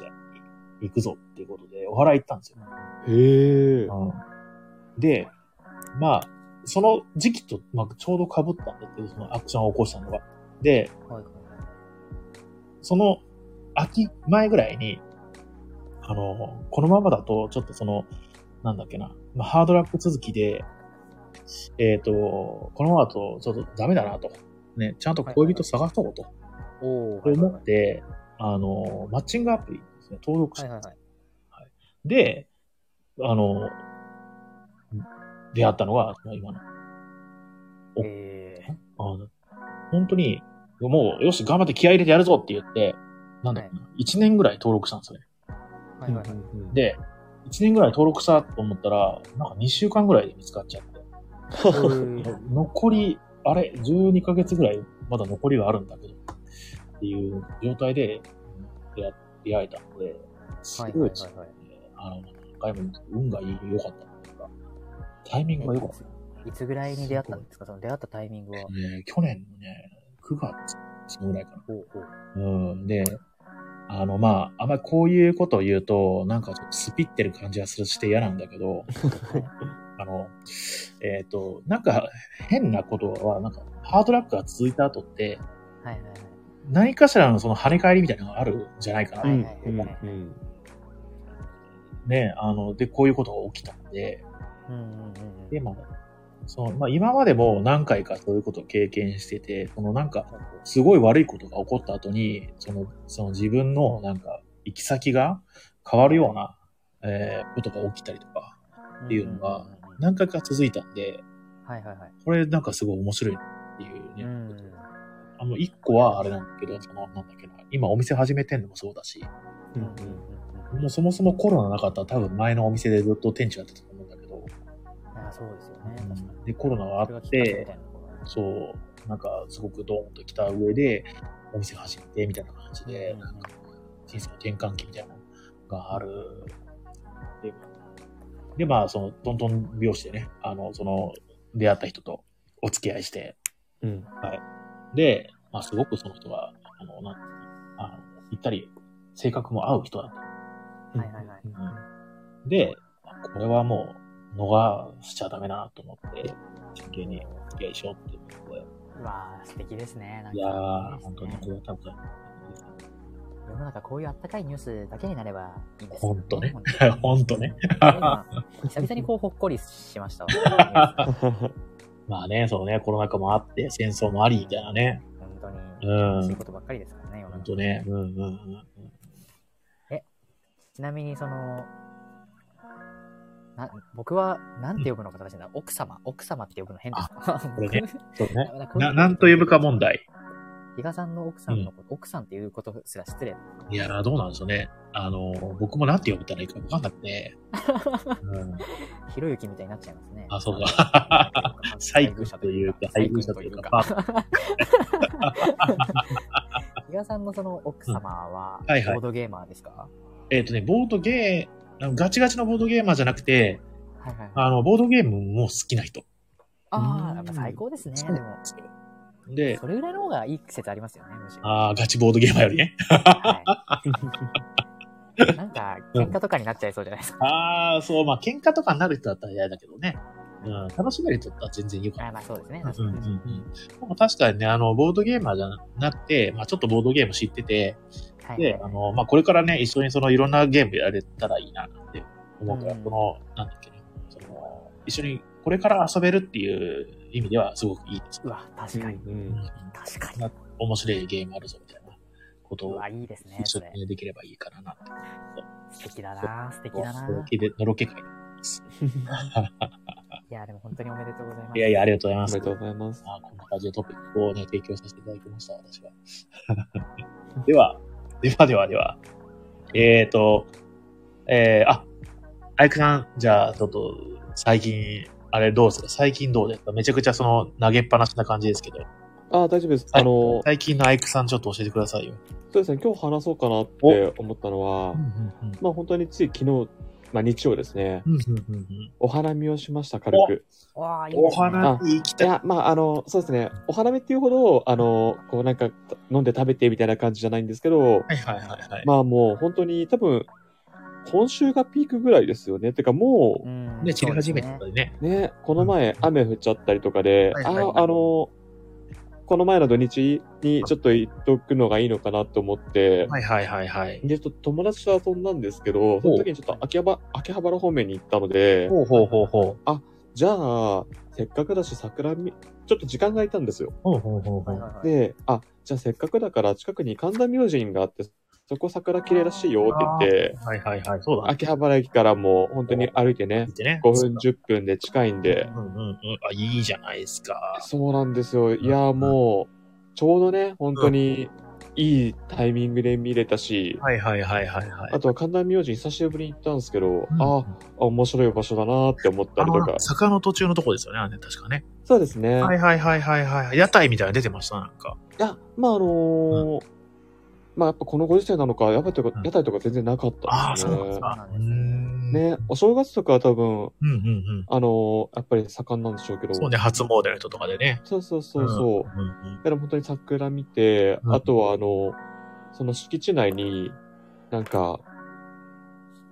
[SPEAKER 1] 行くぞっていうことで、お祓い行ったんですよ。
[SPEAKER 2] う。へえ。
[SPEAKER 1] うん、で、まあ、その時期と、まあ、ちょうど被ったんだけど、そのアクションを起こしたのが。で、
[SPEAKER 3] はい
[SPEAKER 1] その秋前ぐらいに、あのーこのままだと、ちょっとその、なんだっけな、まあ、ハードラック続きで、えっ、と、このままだとちょっとダメだなと。ね、ちゃんと恋人探そうと
[SPEAKER 3] おお。はい
[SPEAKER 1] 思って、あの、マッチングアプリですね、登録し
[SPEAKER 3] はい
[SPEAKER 1] て、
[SPEAKER 3] はいはい。
[SPEAKER 1] で、あの、出会ったのが、今の。お
[SPEAKER 3] ええ
[SPEAKER 1] あの本当に、もう、よし、頑張って気合い入れてやるぞって言って、なんだろうな、1年ぐらい登録したんですよね。
[SPEAKER 3] ー。はいはいは
[SPEAKER 2] で、
[SPEAKER 3] い。
[SPEAKER 1] で、1年ぐらい登録したと思ったら、なんか2週間ぐらいで見つかっちゃって。残り、あれ、12ヶ月ぐらい、まだ残りがあるんだけど、っていう状態で出会出会えたので、す
[SPEAKER 3] はいは
[SPEAKER 1] ご
[SPEAKER 3] い
[SPEAKER 1] い、
[SPEAKER 3] はいはい。
[SPEAKER 1] あの、何回も運が良かったというか、タイミングが良かった。
[SPEAKER 3] いつぐらいに出会ったんですかその出会ったタイミングは。
[SPEAKER 1] ね、去年のね、9月、そのぐらいかな。
[SPEAKER 3] おうおう
[SPEAKER 1] うん。で、あの、まあ、あんまりこういうことを言うと、なんかちょっとスピってる感じがするして嫌なんだけ ど、あの、えっ、と、なんか変なことは、なんかハードラックが続いた後って、
[SPEAKER 3] はいはいはい。
[SPEAKER 1] 何かしらのその跳ね返りみたいなのがあるんじゃないかな。
[SPEAKER 3] は
[SPEAKER 2] う
[SPEAKER 3] い
[SPEAKER 2] ん
[SPEAKER 3] はい
[SPEAKER 2] うん
[SPEAKER 3] はいはい
[SPEAKER 2] うん
[SPEAKER 1] ね、あの、で、こういうことが起きたんで、
[SPEAKER 3] うんうんうんう
[SPEAKER 1] で
[SPEAKER 3] ん。
[SPEAKER 1] も、その、まあ、今までも何回かそういうことを経験してて、このなんか、すごい悪いことが起こった後に、その、その自分のなんか、行き先が変わるような、えーことが起きたりとか、っていうのが何回か続いたんで、
[SPEAKER 3] はいはいはい。
[SPEAKER 1] これなんかすごい面白いなっていう
[SPEAKER 3] う
[SPEAKER 1] ね。
[SPEAKER 3] ん。
[SPEAKER 1] あの、一個はあれなんだけど、その、なんだっけな、今お店始めてんのもそうだし、
[SPEAKER 2] う
[SPEAKER 3] うんん
[SPEAKER 2] う
[SPEAKER 3] うんん
[SPEAKER 1] もうそもそもコロナなかったら多分前のお店でずっと店長やってたと思うんだけど、
[SPEAKER 3] うん。あそうですよね。確かに。
[SPEAKER 1] で、コロナがあ
[SPEAKER 3] それが
[SPEAKER 1] っ
[SPEAKER 3] きっかけみ
[SPEAKER 1] て
[SPEAKER 3] た、いなところがあ
[SPEAKER 1] そう、なんかすごくドーンと来た上で、お店始めてみたいな感じで、
[SPEAKER 3] うんうんうん
[SPEAKER 1] なんか人生の転換期みたいなのがある。で、でまあ、その、トントン拍子でね、あの、その、出会った人とお付き合いして、
[SPEAKER 2] うん
[SPEAKER 1] で、まあ、すごくその人が、あの、なんあの、ぴったり、性格も合う人だった。
[SPEAKER 2] うん
[SPEAKER 3] はいはいはい
[SPEAKER 1] で、これはもう、逃しちゃダメだなと思って、真剣にお付き合いしようっていうことで。
[SPEAKER 3] るうわー素敵ですね。なんか
[SPEAKER 1] いやー、
[SPEAKER 3] いい
[SPEAKER 1] 本
[SPEAKER 3] で
[SPEAKER 1] 当
[SPEAKER 3] す
[SPEAKER 1] に
[SPEAKER 3] ね
[SPEAKER 1] これは多分、
[SPEAKER 3] 世の中こういうあったかいニュースだけになればいいんです
[SPEAKER 1] ほんとね
[SPEAKER 3] よ。
[SPEAKER 1] ほんとね
[SPEAKER 3] 今久々にこうほっこりしましたわ。本
[SPEAKER 1] まあね、そのね、コロナ禍もあって、戦争もあり、みたいなね。
[SPEAKER 3] 当に。
[SPEAKER 1] うん
[SPEAKER 3] そういうことばっかりですからね、世の
[SPEAKER 1] ほん
[SPEAKER 3] 中
[SPEAKER 1] とね、うんうんうんうん。
[SPEAKER 3] ちなみにその、な僕はなんて呼ぶのか正しいんだ、奥様、奥様って呼ぶの変ですか
[SPEAKER 1] こ れねそうね。
[SPEAKER 3] だから
[SPEAKER 1] な、なんと呼ぶか問。題。
[SPEAKER 3] 比嘉さんの奥さんのこと、奥さんっていうことすら失礼。
[SPEAKER 1] いやー、どうなんでしょうね。あの、僕もなんて呼ぶたらいいかわかんなくて。 うん
[SPEAKER 3] ひろゆきみたいになっちゃいますね。
[SPEAKER 1] あそう
[SPEAKER 3] か
[SPEAKER 1] か。 最後というか、配偶者というか、パートナー
[SPEAKER 3] 比嘉さんのその奥様は、
[SPEAKER 1] うんはいはい
[SPEAKER 3] ボードゲーマーですか
[SPEAKER 1] えっ、とね、ボードゲー、あのガチガチのボードゲーマーじゃなくて、
[SPEAKER 3] はいはいはい。
[SPEAKER 1] あの、ボードゲームも好きな人。
[SPEAKER 3] あ
[SPEAKER 1] う
[SPEAKER 3] あ、
[SPEAKER 1] ん
[SPEAKER 3] やっぱ最高ですね。
[SPEAKER 1] そう
[SPEAKER 3] で
[SPEAKER 1] な
[SPEAKER 3] も
[SPEAKER 1] ん、ですよで、
[SPEAKER 3] それぐらいの方がいい説ありますよね、むしろ。
[SPEAKER 1] ああ、ガチボードゲーマーよりね。
[SPEAKER 3] はい、 なんか、喧嘩とかになっちゃいそうじゃないですか。
[SPEAKER 1] ああ、そう、まあ、喧嘩とかになる人だったら嫌だけどね。うん、楽しめる人だったら全然よか
[SPEAKER 3] あ
[SPEAKER 1] っ
[SPEAKER 3] まあそうですね。
[SPEAKER 1] た。
[SPEAKER 3] 確か
[SPEAKER 1] うんうん
[SPEAKER 3] に
[SPEAKER 1] うん。でも確かにね、あの、ボードゲーマーじゃなくて、まあ、ちょっとボードゲーム知ってて、
[SPEAKER 3] はい
[SPEAKER 1] で、あの、まあ、これからね、一緒にそのいろんなゲームやれたらいいなって思うから、
[SPEAKER 3] うん
[SPEAKER 1] この、なんだっけね、その、一緒にこれから遊べるっていう意味ではすごくいいです
[SPEAKER 3] う。わ、確かに。
[SPEAKER 2] うん
[SPEAKER 3] 確か
[SPEAKER 1] な
[SPEAKER 3] に。
[SPEAKER 1] 面白いゲームあるぞみたいなこと
[SPEAKER 3] う
[SPEAKER 1] を
[SPEAKER 3] わ、いいですね、
[SPEAKER 1] 一緒
[SPEAKER 3] そ
[SPEAKER 1] に
[SPEAKER 3] れ。
[SPEAKER 1] ねできればいいかななって。
[SPEAKER 3] 素敵だな素敵だな
[SPEAKER 1] のろけで、のろけ会。
[SPEAKER 3] いや、でも本当におめでとうございます。
[SPEAKER 1] いやいや、ありがとうござい
[SPEAKER 2] お
[SPEAKER 1] ま
[SPEAKER 2] め
[SPEAKER 1] す
[SPEAKER 2] で。とうございます。
[SPEAKER 1] まあ、こんな感じでトピックをね、提供させていただきました、私は。 では、ではではでは。えっ、ー、と、えー、あ、アイクさん、じゃあ、ちょっと、最近、あれどうですか最近どうですかめちゃくちゃその、投げっぱなしな感じですけど。
[SPEAKER 2] あー大丈夫です。あの、
[SPEAKER 1] 最近のアイクさん、ちょっと教えてくださいよ。
[SPEAKER 2] そうですね、今日話そうかなって思ったのは、まあ本当につい昨日、まあ日曜ですね、
[SPEAKER 1] うんうんうんうん
[SPEAKER 2] お花見をしました、軽く。
[SPEAKER 3] わあいい
[SPEAKER 1] お
[SPEAKER 3] ですね
[SPEAKER 1] 花見行き
[SPEAKER 2] い
[SPEAKER 1] たい。
[SPEAKER 2] や、まああの、そうですね、お花見っていうほど、あの、こうなんか飲んで食べてみたいな感じじゃないんですけど、
[SPEAKER 1] はいはいはいはい。
[SPEAKER 2] まあもう本当に多分、今週がピークぐらいですよね。てかも
[SPEAKER 3] う
[SPEAKER 2] うん
[SPEAKER 1] ね、散り始めて
[SPEAKER 3] そうで
[SPEAKER 1] た
[SPEAKER 3] すね
[SPEAKER 1] りね。
[SPEAKER 2] ね、この前雨降っちゃったりとかで、
[SPEAKER 1] はい
[SPEAKER 2] あ
[SPEAKER 1] はいはい
[SPEAKER 2] あの、この前の土日にちょっと行っとくのがいいのかなと思って、
[SPEAKER 1] はいはいはいはい。
[SPEAKER 2] で、ちょっと友達と遊んだんですけど、その時にちょっと秋葉原秋葉原方面に行ったので、
[SPEAKER 1] ほうほうほうほう。
[SPEAKER 2] じゃあ、せっかくだし桜見、ちょっと時間が空いたんですよ。
[SPEAKER 1] ほうほうほうほ
[SPEAKER 3] はいは
[SPEAKER 1] う。
[SPEAKER 3] いはい。
[SPEAKER 2] で、あ、じゃあせっかくだから近くに神田明神があって、そこ桜綺麗らしいよって言って、
[SPEAKER 1] はいはいはい。そうだね。
[SPEAKER 2] 秋葉原駅からもう本当に歩いてね
[SPEAKER 1] 見、てね。
[SPEAKER 2] 5分、10分で近いんで
[SPEAKER 1] う、んうんうん。あ、いいじゃないですか。
[SPEAKER 2] そうなんですよ。いや、もう、ちょうどね、本当にいいタイミングで見れたし、
[SPEAKER 1] はいはいはいはいはい。
[SPEAKER 2] あとは神田明神久しぶりに行ったんですけど、
[SPEAKER 1] うん
[SPEAKER 2] ああ、面白い場所だなって思った
[SPEAKER 1] あ
[SPEAKER 2] りと
[SPEAKER 1] の
[SPEAKER 2] か、。
[SPEAKER 1] 坂の途中のとこですよね、あれね確かね。
[SPEAKER 2] そうですね。
[SPEAKER 1] はい
[SPEAKER 2] い、
[SPEAKER 1] はいはいはいはい。屋台みたいなの出てました、なんか。
[SPEAKER 2] や、まあ、あのーまあ、やっぱこのご時世なのか、やっぱりとか
[SPEAKER 1] うん
[SPEAKER 2] 屋台とか全然なかった
[SPEAKER 1] あ
[SPEAKER 2] ん
[SPEAKER 1] あ、
[SPEAKER 2] です
[SPEAKER 1] そ
[SPEAKER 2] ね。
[SPEAKER 1] うなんですか。うーん
[SPEAKER 2] ね、お正月とかは多分、
[SPEAKER 1] うんうん
[SPEAKER 2] あのーやっぱり盛んなんでしょうけ
[SPEAKER 1] う
[SPEAKER 2] ど。
[SPEAKER 1] ん。そうね、初詣の人とかでね。
[SPEAKER 2] そうそうそうそう。
[SPEAKER 1] んうん
[SPEAKER 2] でも本当に桜見て、
[SPEAKER 1] うん
[SPEAKER 2] あとはあの、その敷地内に、なんか、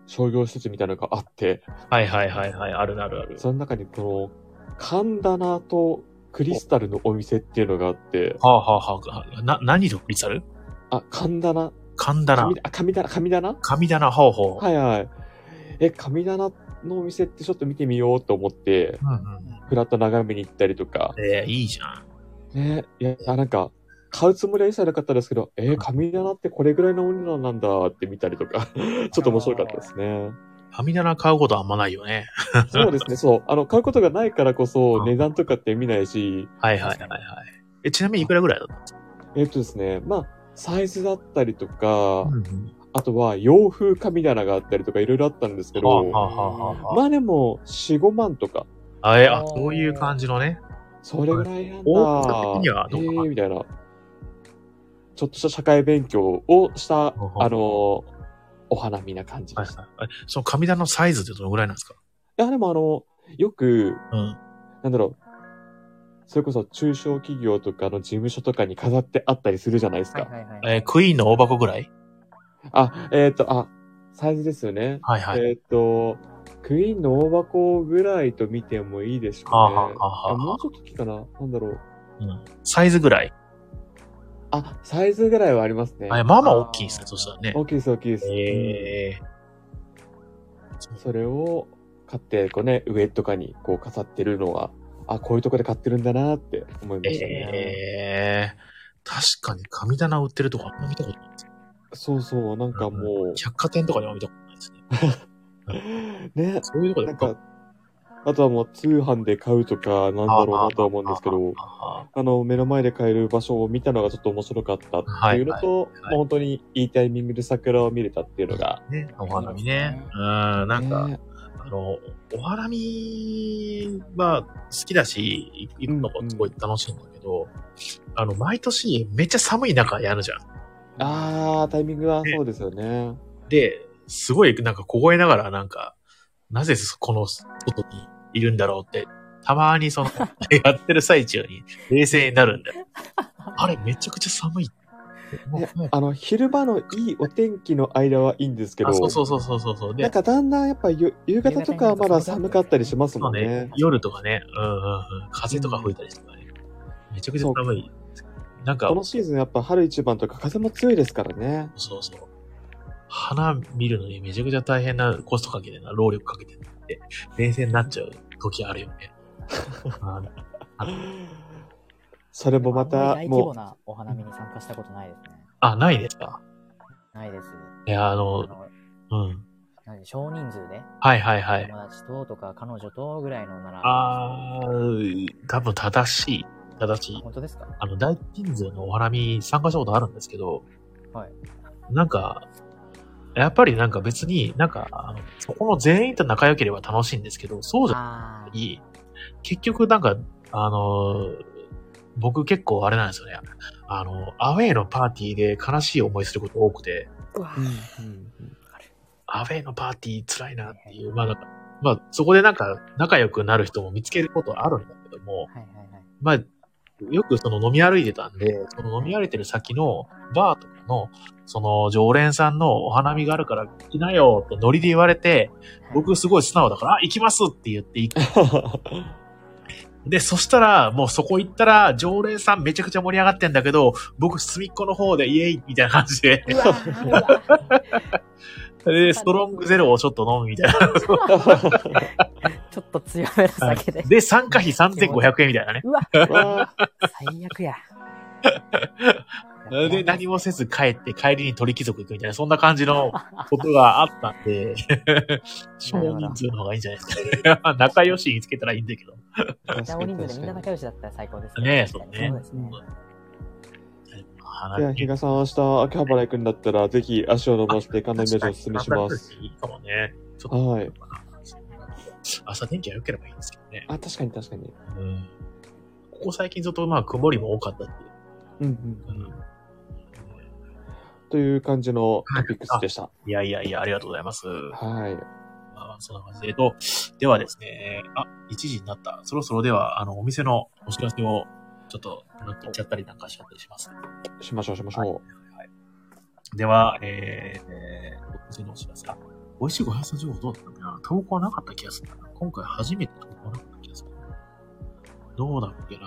[SPEAKER 2] 商業施設みたいなのがあって、
[SPEAKER 1] はいはいはいはい。あるあるある。
[SPEAKER 2] その中にこの、神棚とクリスタルのお店っていうのがあって、
[SPEAKER 1] はあはあはあ。な、何独立ある
[SPEAKER 2] あ、神棚
[SPEAKER 1] 神棚
[SPEAKER 2] 神。あ神棚神棚
[SPEAKER 1] 神棚、ほうほう。
[SPEAKER 2] はいはい。え、神棚のお店ってちょっと見てみようと思って、
[SPEAKER 1] うんうん。
[SPEAKER 2] ふらっと眺めに行ったりとか、
[SPEAKER 1] えー、いいじゃん。
[SPEAKER 2] ね、いや、なんか、買うつもりは一切なかったですけど、えー、神棚ってこれぐらいのお値段なんだって見たりとか、 ちょっと面白かったですね。
[SPEAKER 1] 神棚買うことあんまないよね。
[SPEAKER 2] そうですね、そう。あの、買うことがないからこそ
[SPEAKER 1] うん
[SPEAKER 2] 値段とかって見ないし、
[SPEAKER 1] はいはいはいはい。え、ちなみにいくらぐらいだった
[SPEAKER 2] えっ、とですね、まあ、サイズだったりとか、
[SPEAKER 1] のうん
[SPEAKER 2] あとは洋風神棚があったりとかいろいろあったんですけ
[SPEAKER 1] うん。はあ
[SPEAKER 2] ど、
[SPEAKER 1] はあはあは
[SPEAKER 2] まあでも、4、5万とか、
[SPEAKER 1] あ。あ、え、あ、そういう感じのね。
[SPEAKER 2] それぐらいなんだ。
[SPEAKER 1] 大きさ的にはどうかな
[SPEAKER 2] えーみたいな。ちょっとした社会勉強をした、あ
[SPEAKER 1] ほうほう
[SPEAKER 2] のー、お花見な感じでした。
[SPEAKER 1] えその神棚のサイズってどのぐらいなんですか
[SPEAKER 2] いや、でもあの、よく、
[SPEAKER 1] うん。
[SPEAKER 2] なんだろう、それこそ中小企業とかの事務所とかに飾ってあったりするじゃないですか。
[SPEAKER 3] はいはいはい。
[SPEAKER 1] えークイーンの大箱ぐらい
[SPEAKER 2] あ、えっ、と、あ、サイズですよね。
[SPEAKER 1] はいはい。
[SPEAKER 2] えっ、と、クイーンの大箱ぐらいと見てもいいでしょう
[SPEAKER 1] はあは
[SPEAKER 2] ね。
[SPEAKER 1] あはあ
[SPEAKER 2] あも
[SPEAKER 1] は
[SPEAKER 2] うちょっと大きいかななんだろう。
[SPEAKER 1] あ、うん。サイズぐらい。
[SPEAKER 2] あ、サイズぐらいはありますね。
[SPEAKER 1] あまあまあ大きいですね、そしたらね。
[SPEAKER 2] 大きいです、大きいです。
[SPEAKER 1] え
[SPEAKER 2] それを買って、こうね、上とかにこう飾ってるのは、あ、こういうとこで買ってるんだなって思い
[SPEAKER 1] ー、
[SPEAKER 2] ましたね。
[SPEAKER 1] えー、確かに神棚売ってるとこあんま見たことないですね。
[SPEAKER 2] そうそう、なんかもう、
[SPEAKER 1] 百貨店とかには見たことないですね。
[SPEAKER 2] ね、
[SPEAKER 1] そういうとこで
[SPEAKER 2] なんか、あとはもう通販で買うとか、なんだろうなとは思うんですけど、
[SPEAKER 1] あ
[SPEAKER 2] あの、目の前で買える場所を見たのがちょっと面白かったっていうのと、
[SPEAKER 1] はいはい
[SPEAKER 2] もう本当にいいタイミングで桜を見れたっていうのが、
[SPEAKER 1] ーね、お花見ね。うん、なんか、
[SPEAKER 2] ね
[SPEAKER 1] あの、お花見は好きだし、い行くのがすごい楽しいんだけど、あの、毎年めっちゃ寒い中やるじゃん。
[SPEAKER 2] ああ、タイミングはそうですよね。
[SPEAKER 1] で、すごいなんか凍えながらなんか、なぜこの外にいるんだろうって、たまに その、やってる最中に冷静になるんだよ。あれ、めちゃくちゃ寒い。
[SPEAKER 2] ねあの、昼間のいいお天気の間はいいんですけど、
[SPEAKER 1] あそうそうそうそうそうそう。
[SPEAKER 2] なん
[SPEAKER 1] で、
[SPEAKER 2] かだんだんやっぱゆ夕方とかはまだ寒かったりします
[SPEAKER 1] そ
[SPEAKER 2] も
[SPEAKER 1] うんね
[SPEAKER 2] ね。、
[SPEAKER 1] 夜とかね、うんうんうん、風とか吹いたりとかね、めちゃくちゃ寒い。なんか
[SPEAKER 2] こ、のシーズンやっぱ春一番とか風も強いですからね。
[SPEAKER 1] そうそう。花見るのにめちゃくちゃ大変なコストかけてな、労力かけてって、冷静になっちゃう時あるよね。 あー
[SPEAKER 2] それもまた、
[SPEAKER 3] 大規模
[SPEAKER 2] も
[SPEAKER 3] なお花見に参加したことないですね。
[SPEAKER 1] あ、ないですか
[SPEAKER 3] ないです。
[SPEAKER 1] いや、あ
[SPEAKER 3] あ
[SPEAKER 1] の、
[SPEAKER 3] の、
[SPEAKER 1] うん。
[SPEAKER 3] なんで少人数で、
[SPEAKER 1] はいはいはい。
[SPEAKER 3] 友達ととか彼女とぐらいのなら、
[SPEAKER 1] あー、多分正しい。正しい。
[SPEAKER 3] 本当ですか
[SPEAKER 1] あの、大人数のお花見参加したことあるんですけど、
[SPEAKER 3] はい。
[SPEAKER 1] なんか、やっぱりなんか別になんか、あのそこの全員と仲良ければ楽しいんですけど、そうじゃ
[SPEAKER 3] あー
[SPEAKER 1] いい。結局なんか、あのー僕結構あれなんですよね。あの、アウェイのパーティーで悲しい思いすること多くて、
[SPEAKER 3] うわ
[SPEAKER 2] う、うん
[SPEAKER 3] ー
[SPEAKER 2] うん
[SPEAKER 1] アウェイのパーティー辛いなっていう、まあなんか、まあそこでなんか仲良くなる人も見つけることあるんだけども、
[SPEAKER 3] はいはいはい。
[SPEAKER 1] まあ、よくその飲み歩いてたんで、その飲み歩いてる先のバーとかの、その常連さんのお花見があるから来なよってノリで言われて、僕すごい素直だから、あ、行きますって言って行くで、そしたら、もうそこ行ったら、常連さんめちゃくちゃ盛り上がってんだけど、僕隅っこの方でイエイみたいな感じで、
[SPEAKER 3] うわーう わー
[SPEAKER 1] で、ストロングゼロをちょっと飲むみたいな。
[SPEAKER 3] ちょっと強めの酒で。
[SPEAKER 1] で、参加費3500円みたいなね。
[SPEAKER 3] うわ、
[SPEAKER 2] わー
[SPEAKER 3] 最 悪や。
[SPEAKER 1] で、何もせず帰って、帰りに鳥貴族行くみたいな、そんな感じのことがあったんで、少人数の方がいいんじゃないですか ね。仲良しにつけたらいいんだけど。
[SPEAKER 3] じゃあ、お人数でみんな仲良しだったら最高です
[SPEAKER 1] ねえそうね
[SPEAKER 3] そうですね。
[SPEAKER 2] いや、比嘉さん、明日、秋葉原行くんだったら、ぜひ足を伸ばして、観覧名所おすすめします。。
[SPEAKER 1] いいかもね。ちょっと、
[SPEAKER 2] はい。
[SPEAKER 1] 朝天気が良ければいいんですけどね。
[SPEAKER 2] あ、確かに確かに。
[SPEAKER 1] うん。ここ最近ずっとまあ曇りも多かったっていう。
[SPEAKER 2] うんうん。
[SPEAKER 1] うん。
[SPEAKER 2] という感じのトピックスでした。
[SPEAKER 1] いやいやいや、ありがとうございます。
[SPEAKER 2] はい。
[SPEAKER 1] まあ、そんな感じで。えっと、ではですね、あ、1時になった。そろそろでは、あの、お店のお知らせを、ちょっと、なんかやっちゃったりなんかしちゃったりします。
[SPEAKER 2] しましょうしましょ
[SPEAKER 1] では、えー、えー、お店のお知らせ。あ、美味しいご飯さん情報どうだったかな投稿はなかった気がするな。今回初めて投稿なかった気がする。どうだっけな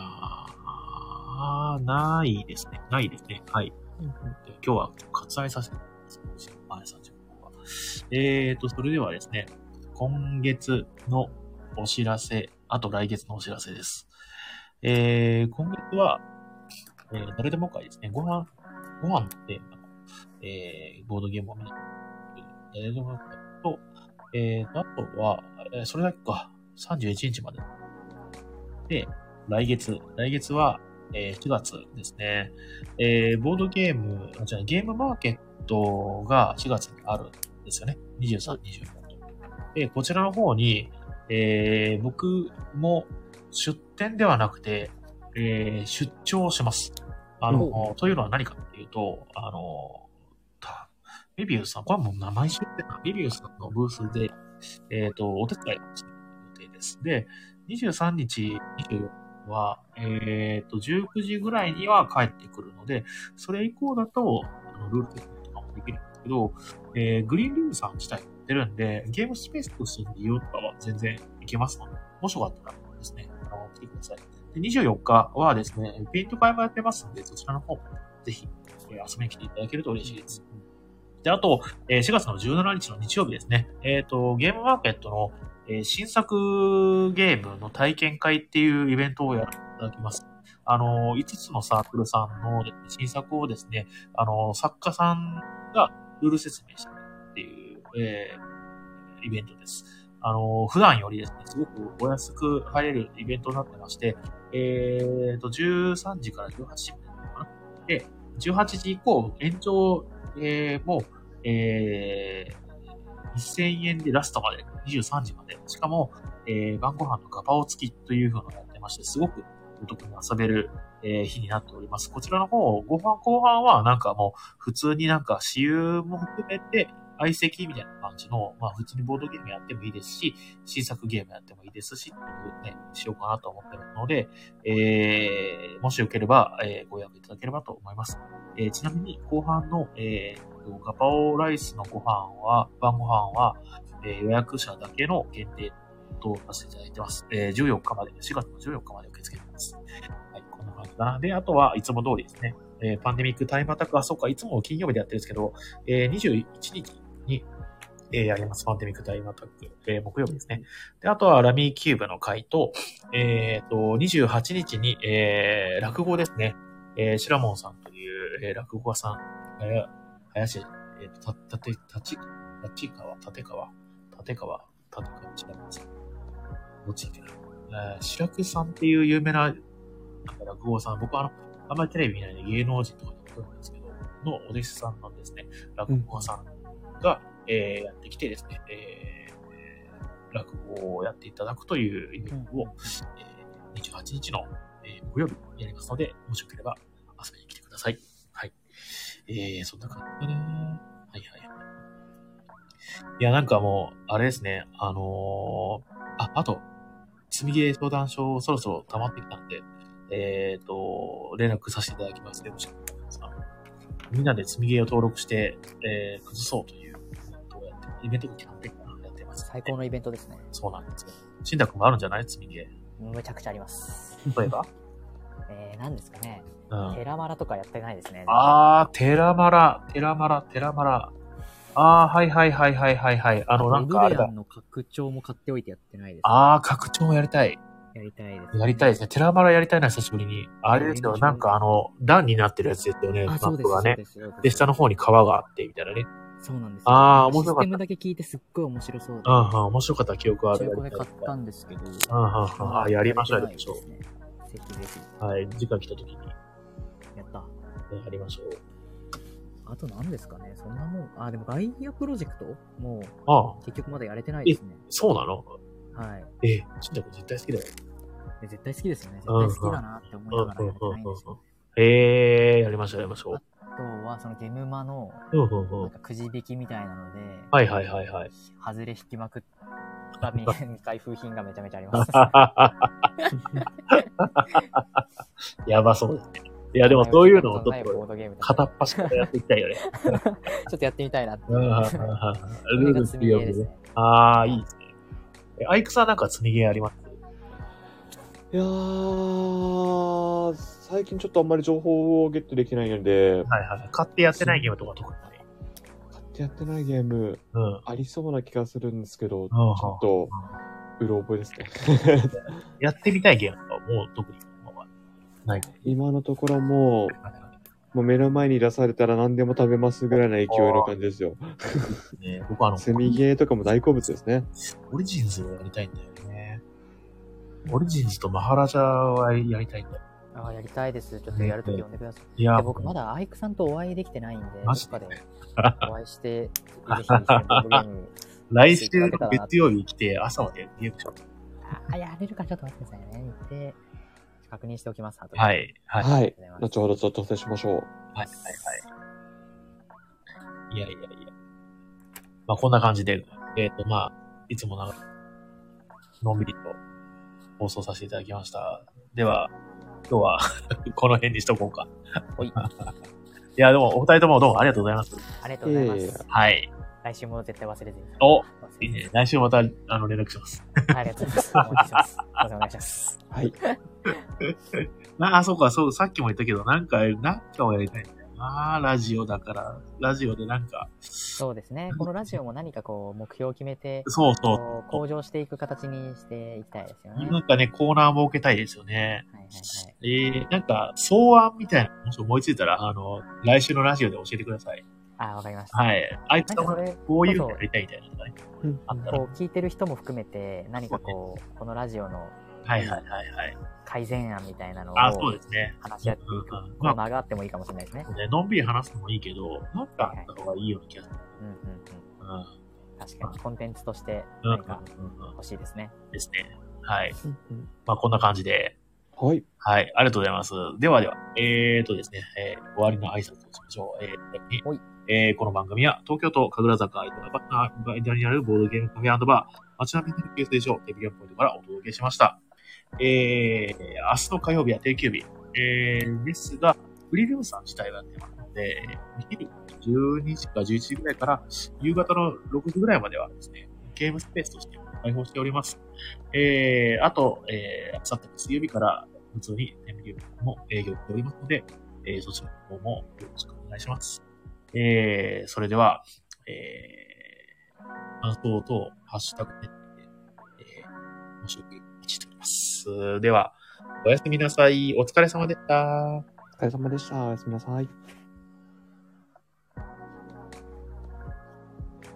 [SPEAKER 1] あーないですね。ないですね。はい。で今日は割愛させていただきます。前さん情報は。えーと、それではですね、今月のお知らせ、あと来月のお知らせです。えー、今月は、えー、誰でも会ですね、ご飯、ご飯って、あのえー、ボードゲームを見に行く誰でも会と、えーと、あとは、えーそれだけか、31日まで。で、来月、来月は、えー、4月ですね。えーボードゲーム、あじゃあゲームマーケットが4月にあるんですよね。23、24と。で、こちらの方に、えー僕も出店ではなくて、えー出張します。あの、というのは何かっていうと、あの、たビビウスさん、これはもう名前知ってた。ビビウスさんのブースで、えっ、と、お手伝いをする予定です。で、23日、24日は、えっ、と、19時ぐらいには帰ってくるので、それ以降だと、あのルール説明とかもできるんですけど、えーグリーンルームさん自体やってるんで、ゲームスペースとしての利用とかは全然いけますので、もしよかったらですね、あの、来てください。で、24日はですね、ペイント会もやってますんで、そちらの方もぜひ、えー遊びに来ていただけると嬉しいです。で、あと、えー4月の17日の日曜日ですね、えっ、と、ゲームマーケットの、えー新作ゲームの体験会っていうイベントをやらせていただきます。あの、5つのサークルさんのですね新作をですね、あの、作家さんがルール説明してっていう、えーイベントです。あの、普段よりですね、すごくお安く入れるイベントになってまして、えーと、13時から18時までかな。で、18時以降、延長、えーも、えー1000円でラストまで、23時まで。しかも、えー晩ご飯のガパオ付きというふうなのをやってまして、すごくお得に遊べる、えー日になっております。こちらの方、ご飯後半はなんかもう普通になんか私有も含めて相席みたいな感じの、まあ普通にボードゲームやってもいいですし、新作ゲームやってもいいですし、っていうね、しようかなと思ってるので、えー、もしよければ、えーご予約いただければと思います。えーちなみに後半の、えーガパオライスのご飯は、晩ご飯は、えー予約者だけの限定とさせていただいてます。えー14日まで、4月の14日まで受け付けてます。はい、こんな感じかな。で、あとは、いつも通りですね。えーパンデミックタイムアタック、あ、そうか、いつも金曜日でやってるんですけど、えー21日に、えーやります。パンデミックタイムアタック、えー木曜日ですね。で、あとは、ラミーキューブの回と、えっと、28日に、えー落語ですね。えーシラモンさんという、えー落語家さん、えー林、えっ、と、た、たて、たち、たち川、立川、立川、立川、違います。どっちだっけな。えー、白くさんっていう有名な、なんか落語さん、僕はあの、あんまりテレビ見ないんで芸能人とかに行くんですけど、のお弟子さんなんですね。落語家さんが、えーやってきてですね、えー落語をやっていただくというイベントを、えー28日の、えー木曜日にやりますので、もしよければ遊びに来てください。はい。えー、そんな感じかな。はいはいはい。いや、なんかもう、あれですね、あのーあ、あと、積みゲー相談所そろそろ溜まってきたんで、えっ、と、連絡させていただきます。よろしくお願いします。みんなで積みゲーを登録して、えー、崩そうというイベントをやって、イベントのキャンペーンかなやってます。
[SPEAKER 3] 最高のイベントですね。
[SPEAKER 1] そうなんですよ。しんだくもあるんじゃない積みゲ
[SPEAKER 3] めちゃくちゃあります。
[SPEAKER 1] ー。例 えば
[SPEAKER 3] えー、何ですかね。
[SPEAKER 1] うん。
[SPEAKER 3] テラマラとかやってないですね。
[SPEAKER 1] あー、テラマラ、テラマラ、テラマラ。あああ、はいはいはいはいはいはい。あの、なんかあ
[SPEAKER 3] ル
[SPEAKER 1] れ
[SPEAKER 3] ルア
[SPEAKER 1] だ。
[SPEAKER 3] ンの拡張も買っておいてやってないです。
[SPEAKER 1] ああ、拡張もやりたい。
[SPEAKER 3] やりたいです、
[SPEAKER 1] やりたいですね。テラマラやりたいな、久しぶりに。あれですよ、なんかあの、段になってるやつですよね、マ
[SPEAKER 3] あ、そう
[SPEAKER 1] ッ
[SPEAKER 3] で
[SPEAKER 1] プ
[SPEAKER 3] す。そ
[SPEAKER 1] が
[SPEAKER 3] うで
[SPEAKER 1] ね。
[SPEAKER 3] す。そうです
[SPEAKER 1] で、下の方に川があって、みたいなね。
[SPEAKER 3] そうなんですよ。
[SPEAKER 1] あー面白かった
[SPEAKER 3] システムだけ聞いてすっごい面白そうで。
[SPEAKER 1] うんうん、面白かった記憶はあ
[SPEAKER 3] 中
[SPEAKER 1] る。
[SPEAKER 3] 古で買ったんですけど。
[SPEAKER 1] うんうんうん。あ、やりましょう、やりましょ
[SPEAKER 3] ぜひぜ
[SPEAKER 1] う。はい、時間来た時に、ね、
[SPEAKER 3] ひ。やった。
[SPEAKER 1] やりましょう。
[SPEAKER 3] あと何ですかねそんなもん。あ、でもガイアプロジェクトもう
[SPEAKER 1] ああ、
[SPEAKER 3] 結局まだやれてないですね。
[SPEAKER 1] そうなの
[SPEAKER 3] はい。
[SPEAKER 1] え、しんちゃん絶対好きだよ。
[SPEAKER 3] で絶対好きですよね。絶対好きだなって思いながらやれてないんですよ。
[SPEAKER 1] ええー、やりましょう、やりましょう。
[SPEAKER 3] あとは、そのゲムマの、
[SPEAKER 1] うんうんう
[SPEAKER 3] なん
[SPEAKER 1] ん。
[SPEAKER 3] かくじ引きみたいなので、
[SPEAKER 1] はいはいはいはい。
[SPEAKER 3] 外れ引きまくったみ開封品がめちゃめちゃあ ります。
[SPEAKER 1] やばそうですね。いや、でもそういうのを
[SPEAKER 3] ち
[SPEAKER 1] ち
[SPEAKER 3] ょ
[SPEAKER 1] ょっ
[SPEAKER 3] っボ
[SPEAKER 1] と
[SPEAKER 3] ードゲームとか
[SPEAKER 1] 片っ端からやっていきたいよね。
[SPEAKER 3] ちょっとやってみたいなって。
[SPEAKER 1] うんうんうんうん ルール
[SPEAKER 3] 積
[SPEAKER 1] 強よ
[SPEAKER 3] み上げです
[SPEAKER 1] ね
[SPEAKER 3] ね。。
[SPEAKER 1] ああ、いいですね。え、アイクさんなんか積みゲーあります
[SPEAKER 2] いやー、最近ちょっとあんまり情報をゲットできないので、
[SPEAKER 1] はいはい。買ってやってないゲームとか特にない。
[SPEAKER 2] 買ってやってないゲーム
[SPEAKER 1] うん。うん
[SPEAKER 2] ありそうな気がするんですけど、ち
[SPEAKER 1] うん
[SPEAKER 2] ょっと、うろ覚えですね。
[SPEAKER 1] やってみたいゲームとかもう特に今はない。
[SPEAKER 2] 今のところもう、もう目の前に出されたら何でも食べますぐらいの勢いの感じですよ。
[SPEAKER 1] ね、僕あの、
[SPEAKER 2] セミゲーとかも大好物ですね。
[SPEAKER 1] オリジンズをやりたいんだよね。オリジンズとマハラジャはやりたいんだよ。
[SPEAKER 3] ああ、やりたいです。ちょっとやるとき呼んでください。
[SPEAKER 1] いや
[SPEAKER 3] で僕まだアイクさんとお会いできてないんで、ど
[SPEAKER 1] マ
[SPEAKER 3] っ
[SPEAKER 1] ジで
[SPEAKER 3] かでお会いして、ぜひぜひ一緒にボードゲーム。
[SPEAKER 1] 来週の月曜日来て朝までゲームしよう。
[SPEAKER 3] あ、やれるからちょっと待ってくださいね。行って、確認しておきます。後で
[SPEAKER 1] は。い。はい。はい。
[SPEAKER 2] はい
[SPEAKER 3] ありが。
[SPEAKER 2] 後
[SPEAKER 3] とう
[SPEAKER 2] ほどちょっとお伝えしましょう。
[SPEAKER 1] はい。はい。いやいやいや。まあ、こんな感じで、えっ、と、まあ、いつもな、のんびりと放送させていただきました。では、今日は この辺にしとこうか。
[SPEAKER 3] ほい
[SPEAKER 1] いや、でも、お二人ともどうもありがとうございます。
[SPEAKER 3] ありがとうございま
[SPEAKER 2] いえいえ
[SPEAKER 3] す。
[SPEAKER 1] はい。
[SPEAKER 3] 来週も絶対忘れずに。
[SPEAKER 1] お
[SPEAKER 3] 忘れず
[SPEAKER 1] いい
[SPEAKER 3] に
[SPEAKER 1] ね。来週また、あの、連絡します。
[SPEAKER 3] ありがとうございます。お願いします。お願いします。
[SPEAKER 2] はい。
[SPEAKER 1] ああ、そうか、そう、さっきも言ったけど、なんか、なんかをやりたいんだよな。ラジオだから、ラジオでなんか、
[SPEAKER 3] そうですね。このラジオも何かこう、目標を決めて、
[SPEAKER 1] そうそう。
[SPEAKER 3] こう向上していく形にしていきたいですよね。
[SPEAKER 1] なんかね、コーナー設けたいですよね。
[SPEAKER 3] はいはいはい。
[SPEAKER 1] えー、なんか、草案みたいなの、もし思いついたら、あの、来週のラジオで教えてください。
[SPEAKER 3] あ、わかりました。
[SPEAKER 1] はい。あいつ
[SPEAKER 3] なん
[SPEAKER 1] とも
[SPEAKER 3] かそれ、
[SPEAKER 1] こういうのやりたいみたいなのがね
[SPEAKER 2] うん。
[SPEAKER 1] あったら。
[SPEAKER 3] こう、聞いてる人も含めて、何かこう、このラジオの
[SPEAKER 1] はいはいはいはい。
[SPEAKER 3] 改善案みたいなのを
[SPEAKER 1] あ、そうですね。
[SPEAKER 3] 話し
[SPEAKER 1] うん
[SPEAKER 3] 合って
[SPEAKER 1] うんうん
[SPEAKER 3] コ
[SPEAKER 1] ま
[SPEAKER 3] ー
[SPEAKER 1] あ
[SPEAKER 3] ナーがあってもいいかもしれないですね。
[SPEAKER 1] ね、のんびり話すのもいいけど、なんかあった方がいいような気がする。
[SPEAKER 3] うんうんうん。
[SPEAKER 1] うん。
[SPEAKER 3] 確かに、コンテンツとして
[SPEAKER 1] うん
[SPEAKER 3] 何か
[SPEAKER 1] うんうんうん。
[SPEAKER 3] 欲しいですね。
[SPEAKER 1] ですね。はい。まあ、こんな感じで。
[SPEAKER 2] はい。
[SPEAKER 1] はい、ありがとうございます。ではでは、えーとですね、えー終わりの挨拶をしましょう。えー
[SPEAKER 3] はい
[SPEAKER 1] えーこの番組は、東京都神楽坂、バッナー間にあるボードゲームカフェバー、街並みの休憩所、テレビアンポイントからお届けしました。えー、明日の火曜日は定休日、えー、ですが、フリールームさん自体がやってますので、昼12時か11時ぐらいから、夕方の6時ぐらいまではですね、ゲームスペースとして開放しております。えー、あと、えー、明後日水曜日から、普通にテレビも営業しておりますので、えーそちらの方もよろしくお願いします。えー、それでは、えー、感想とハッシュタグで、えー、もしよければお待ちしております。では、おやすみなさい。お疲れ様でした。
[SPEAKER 2] お疲れ様でした。おやすみなさい。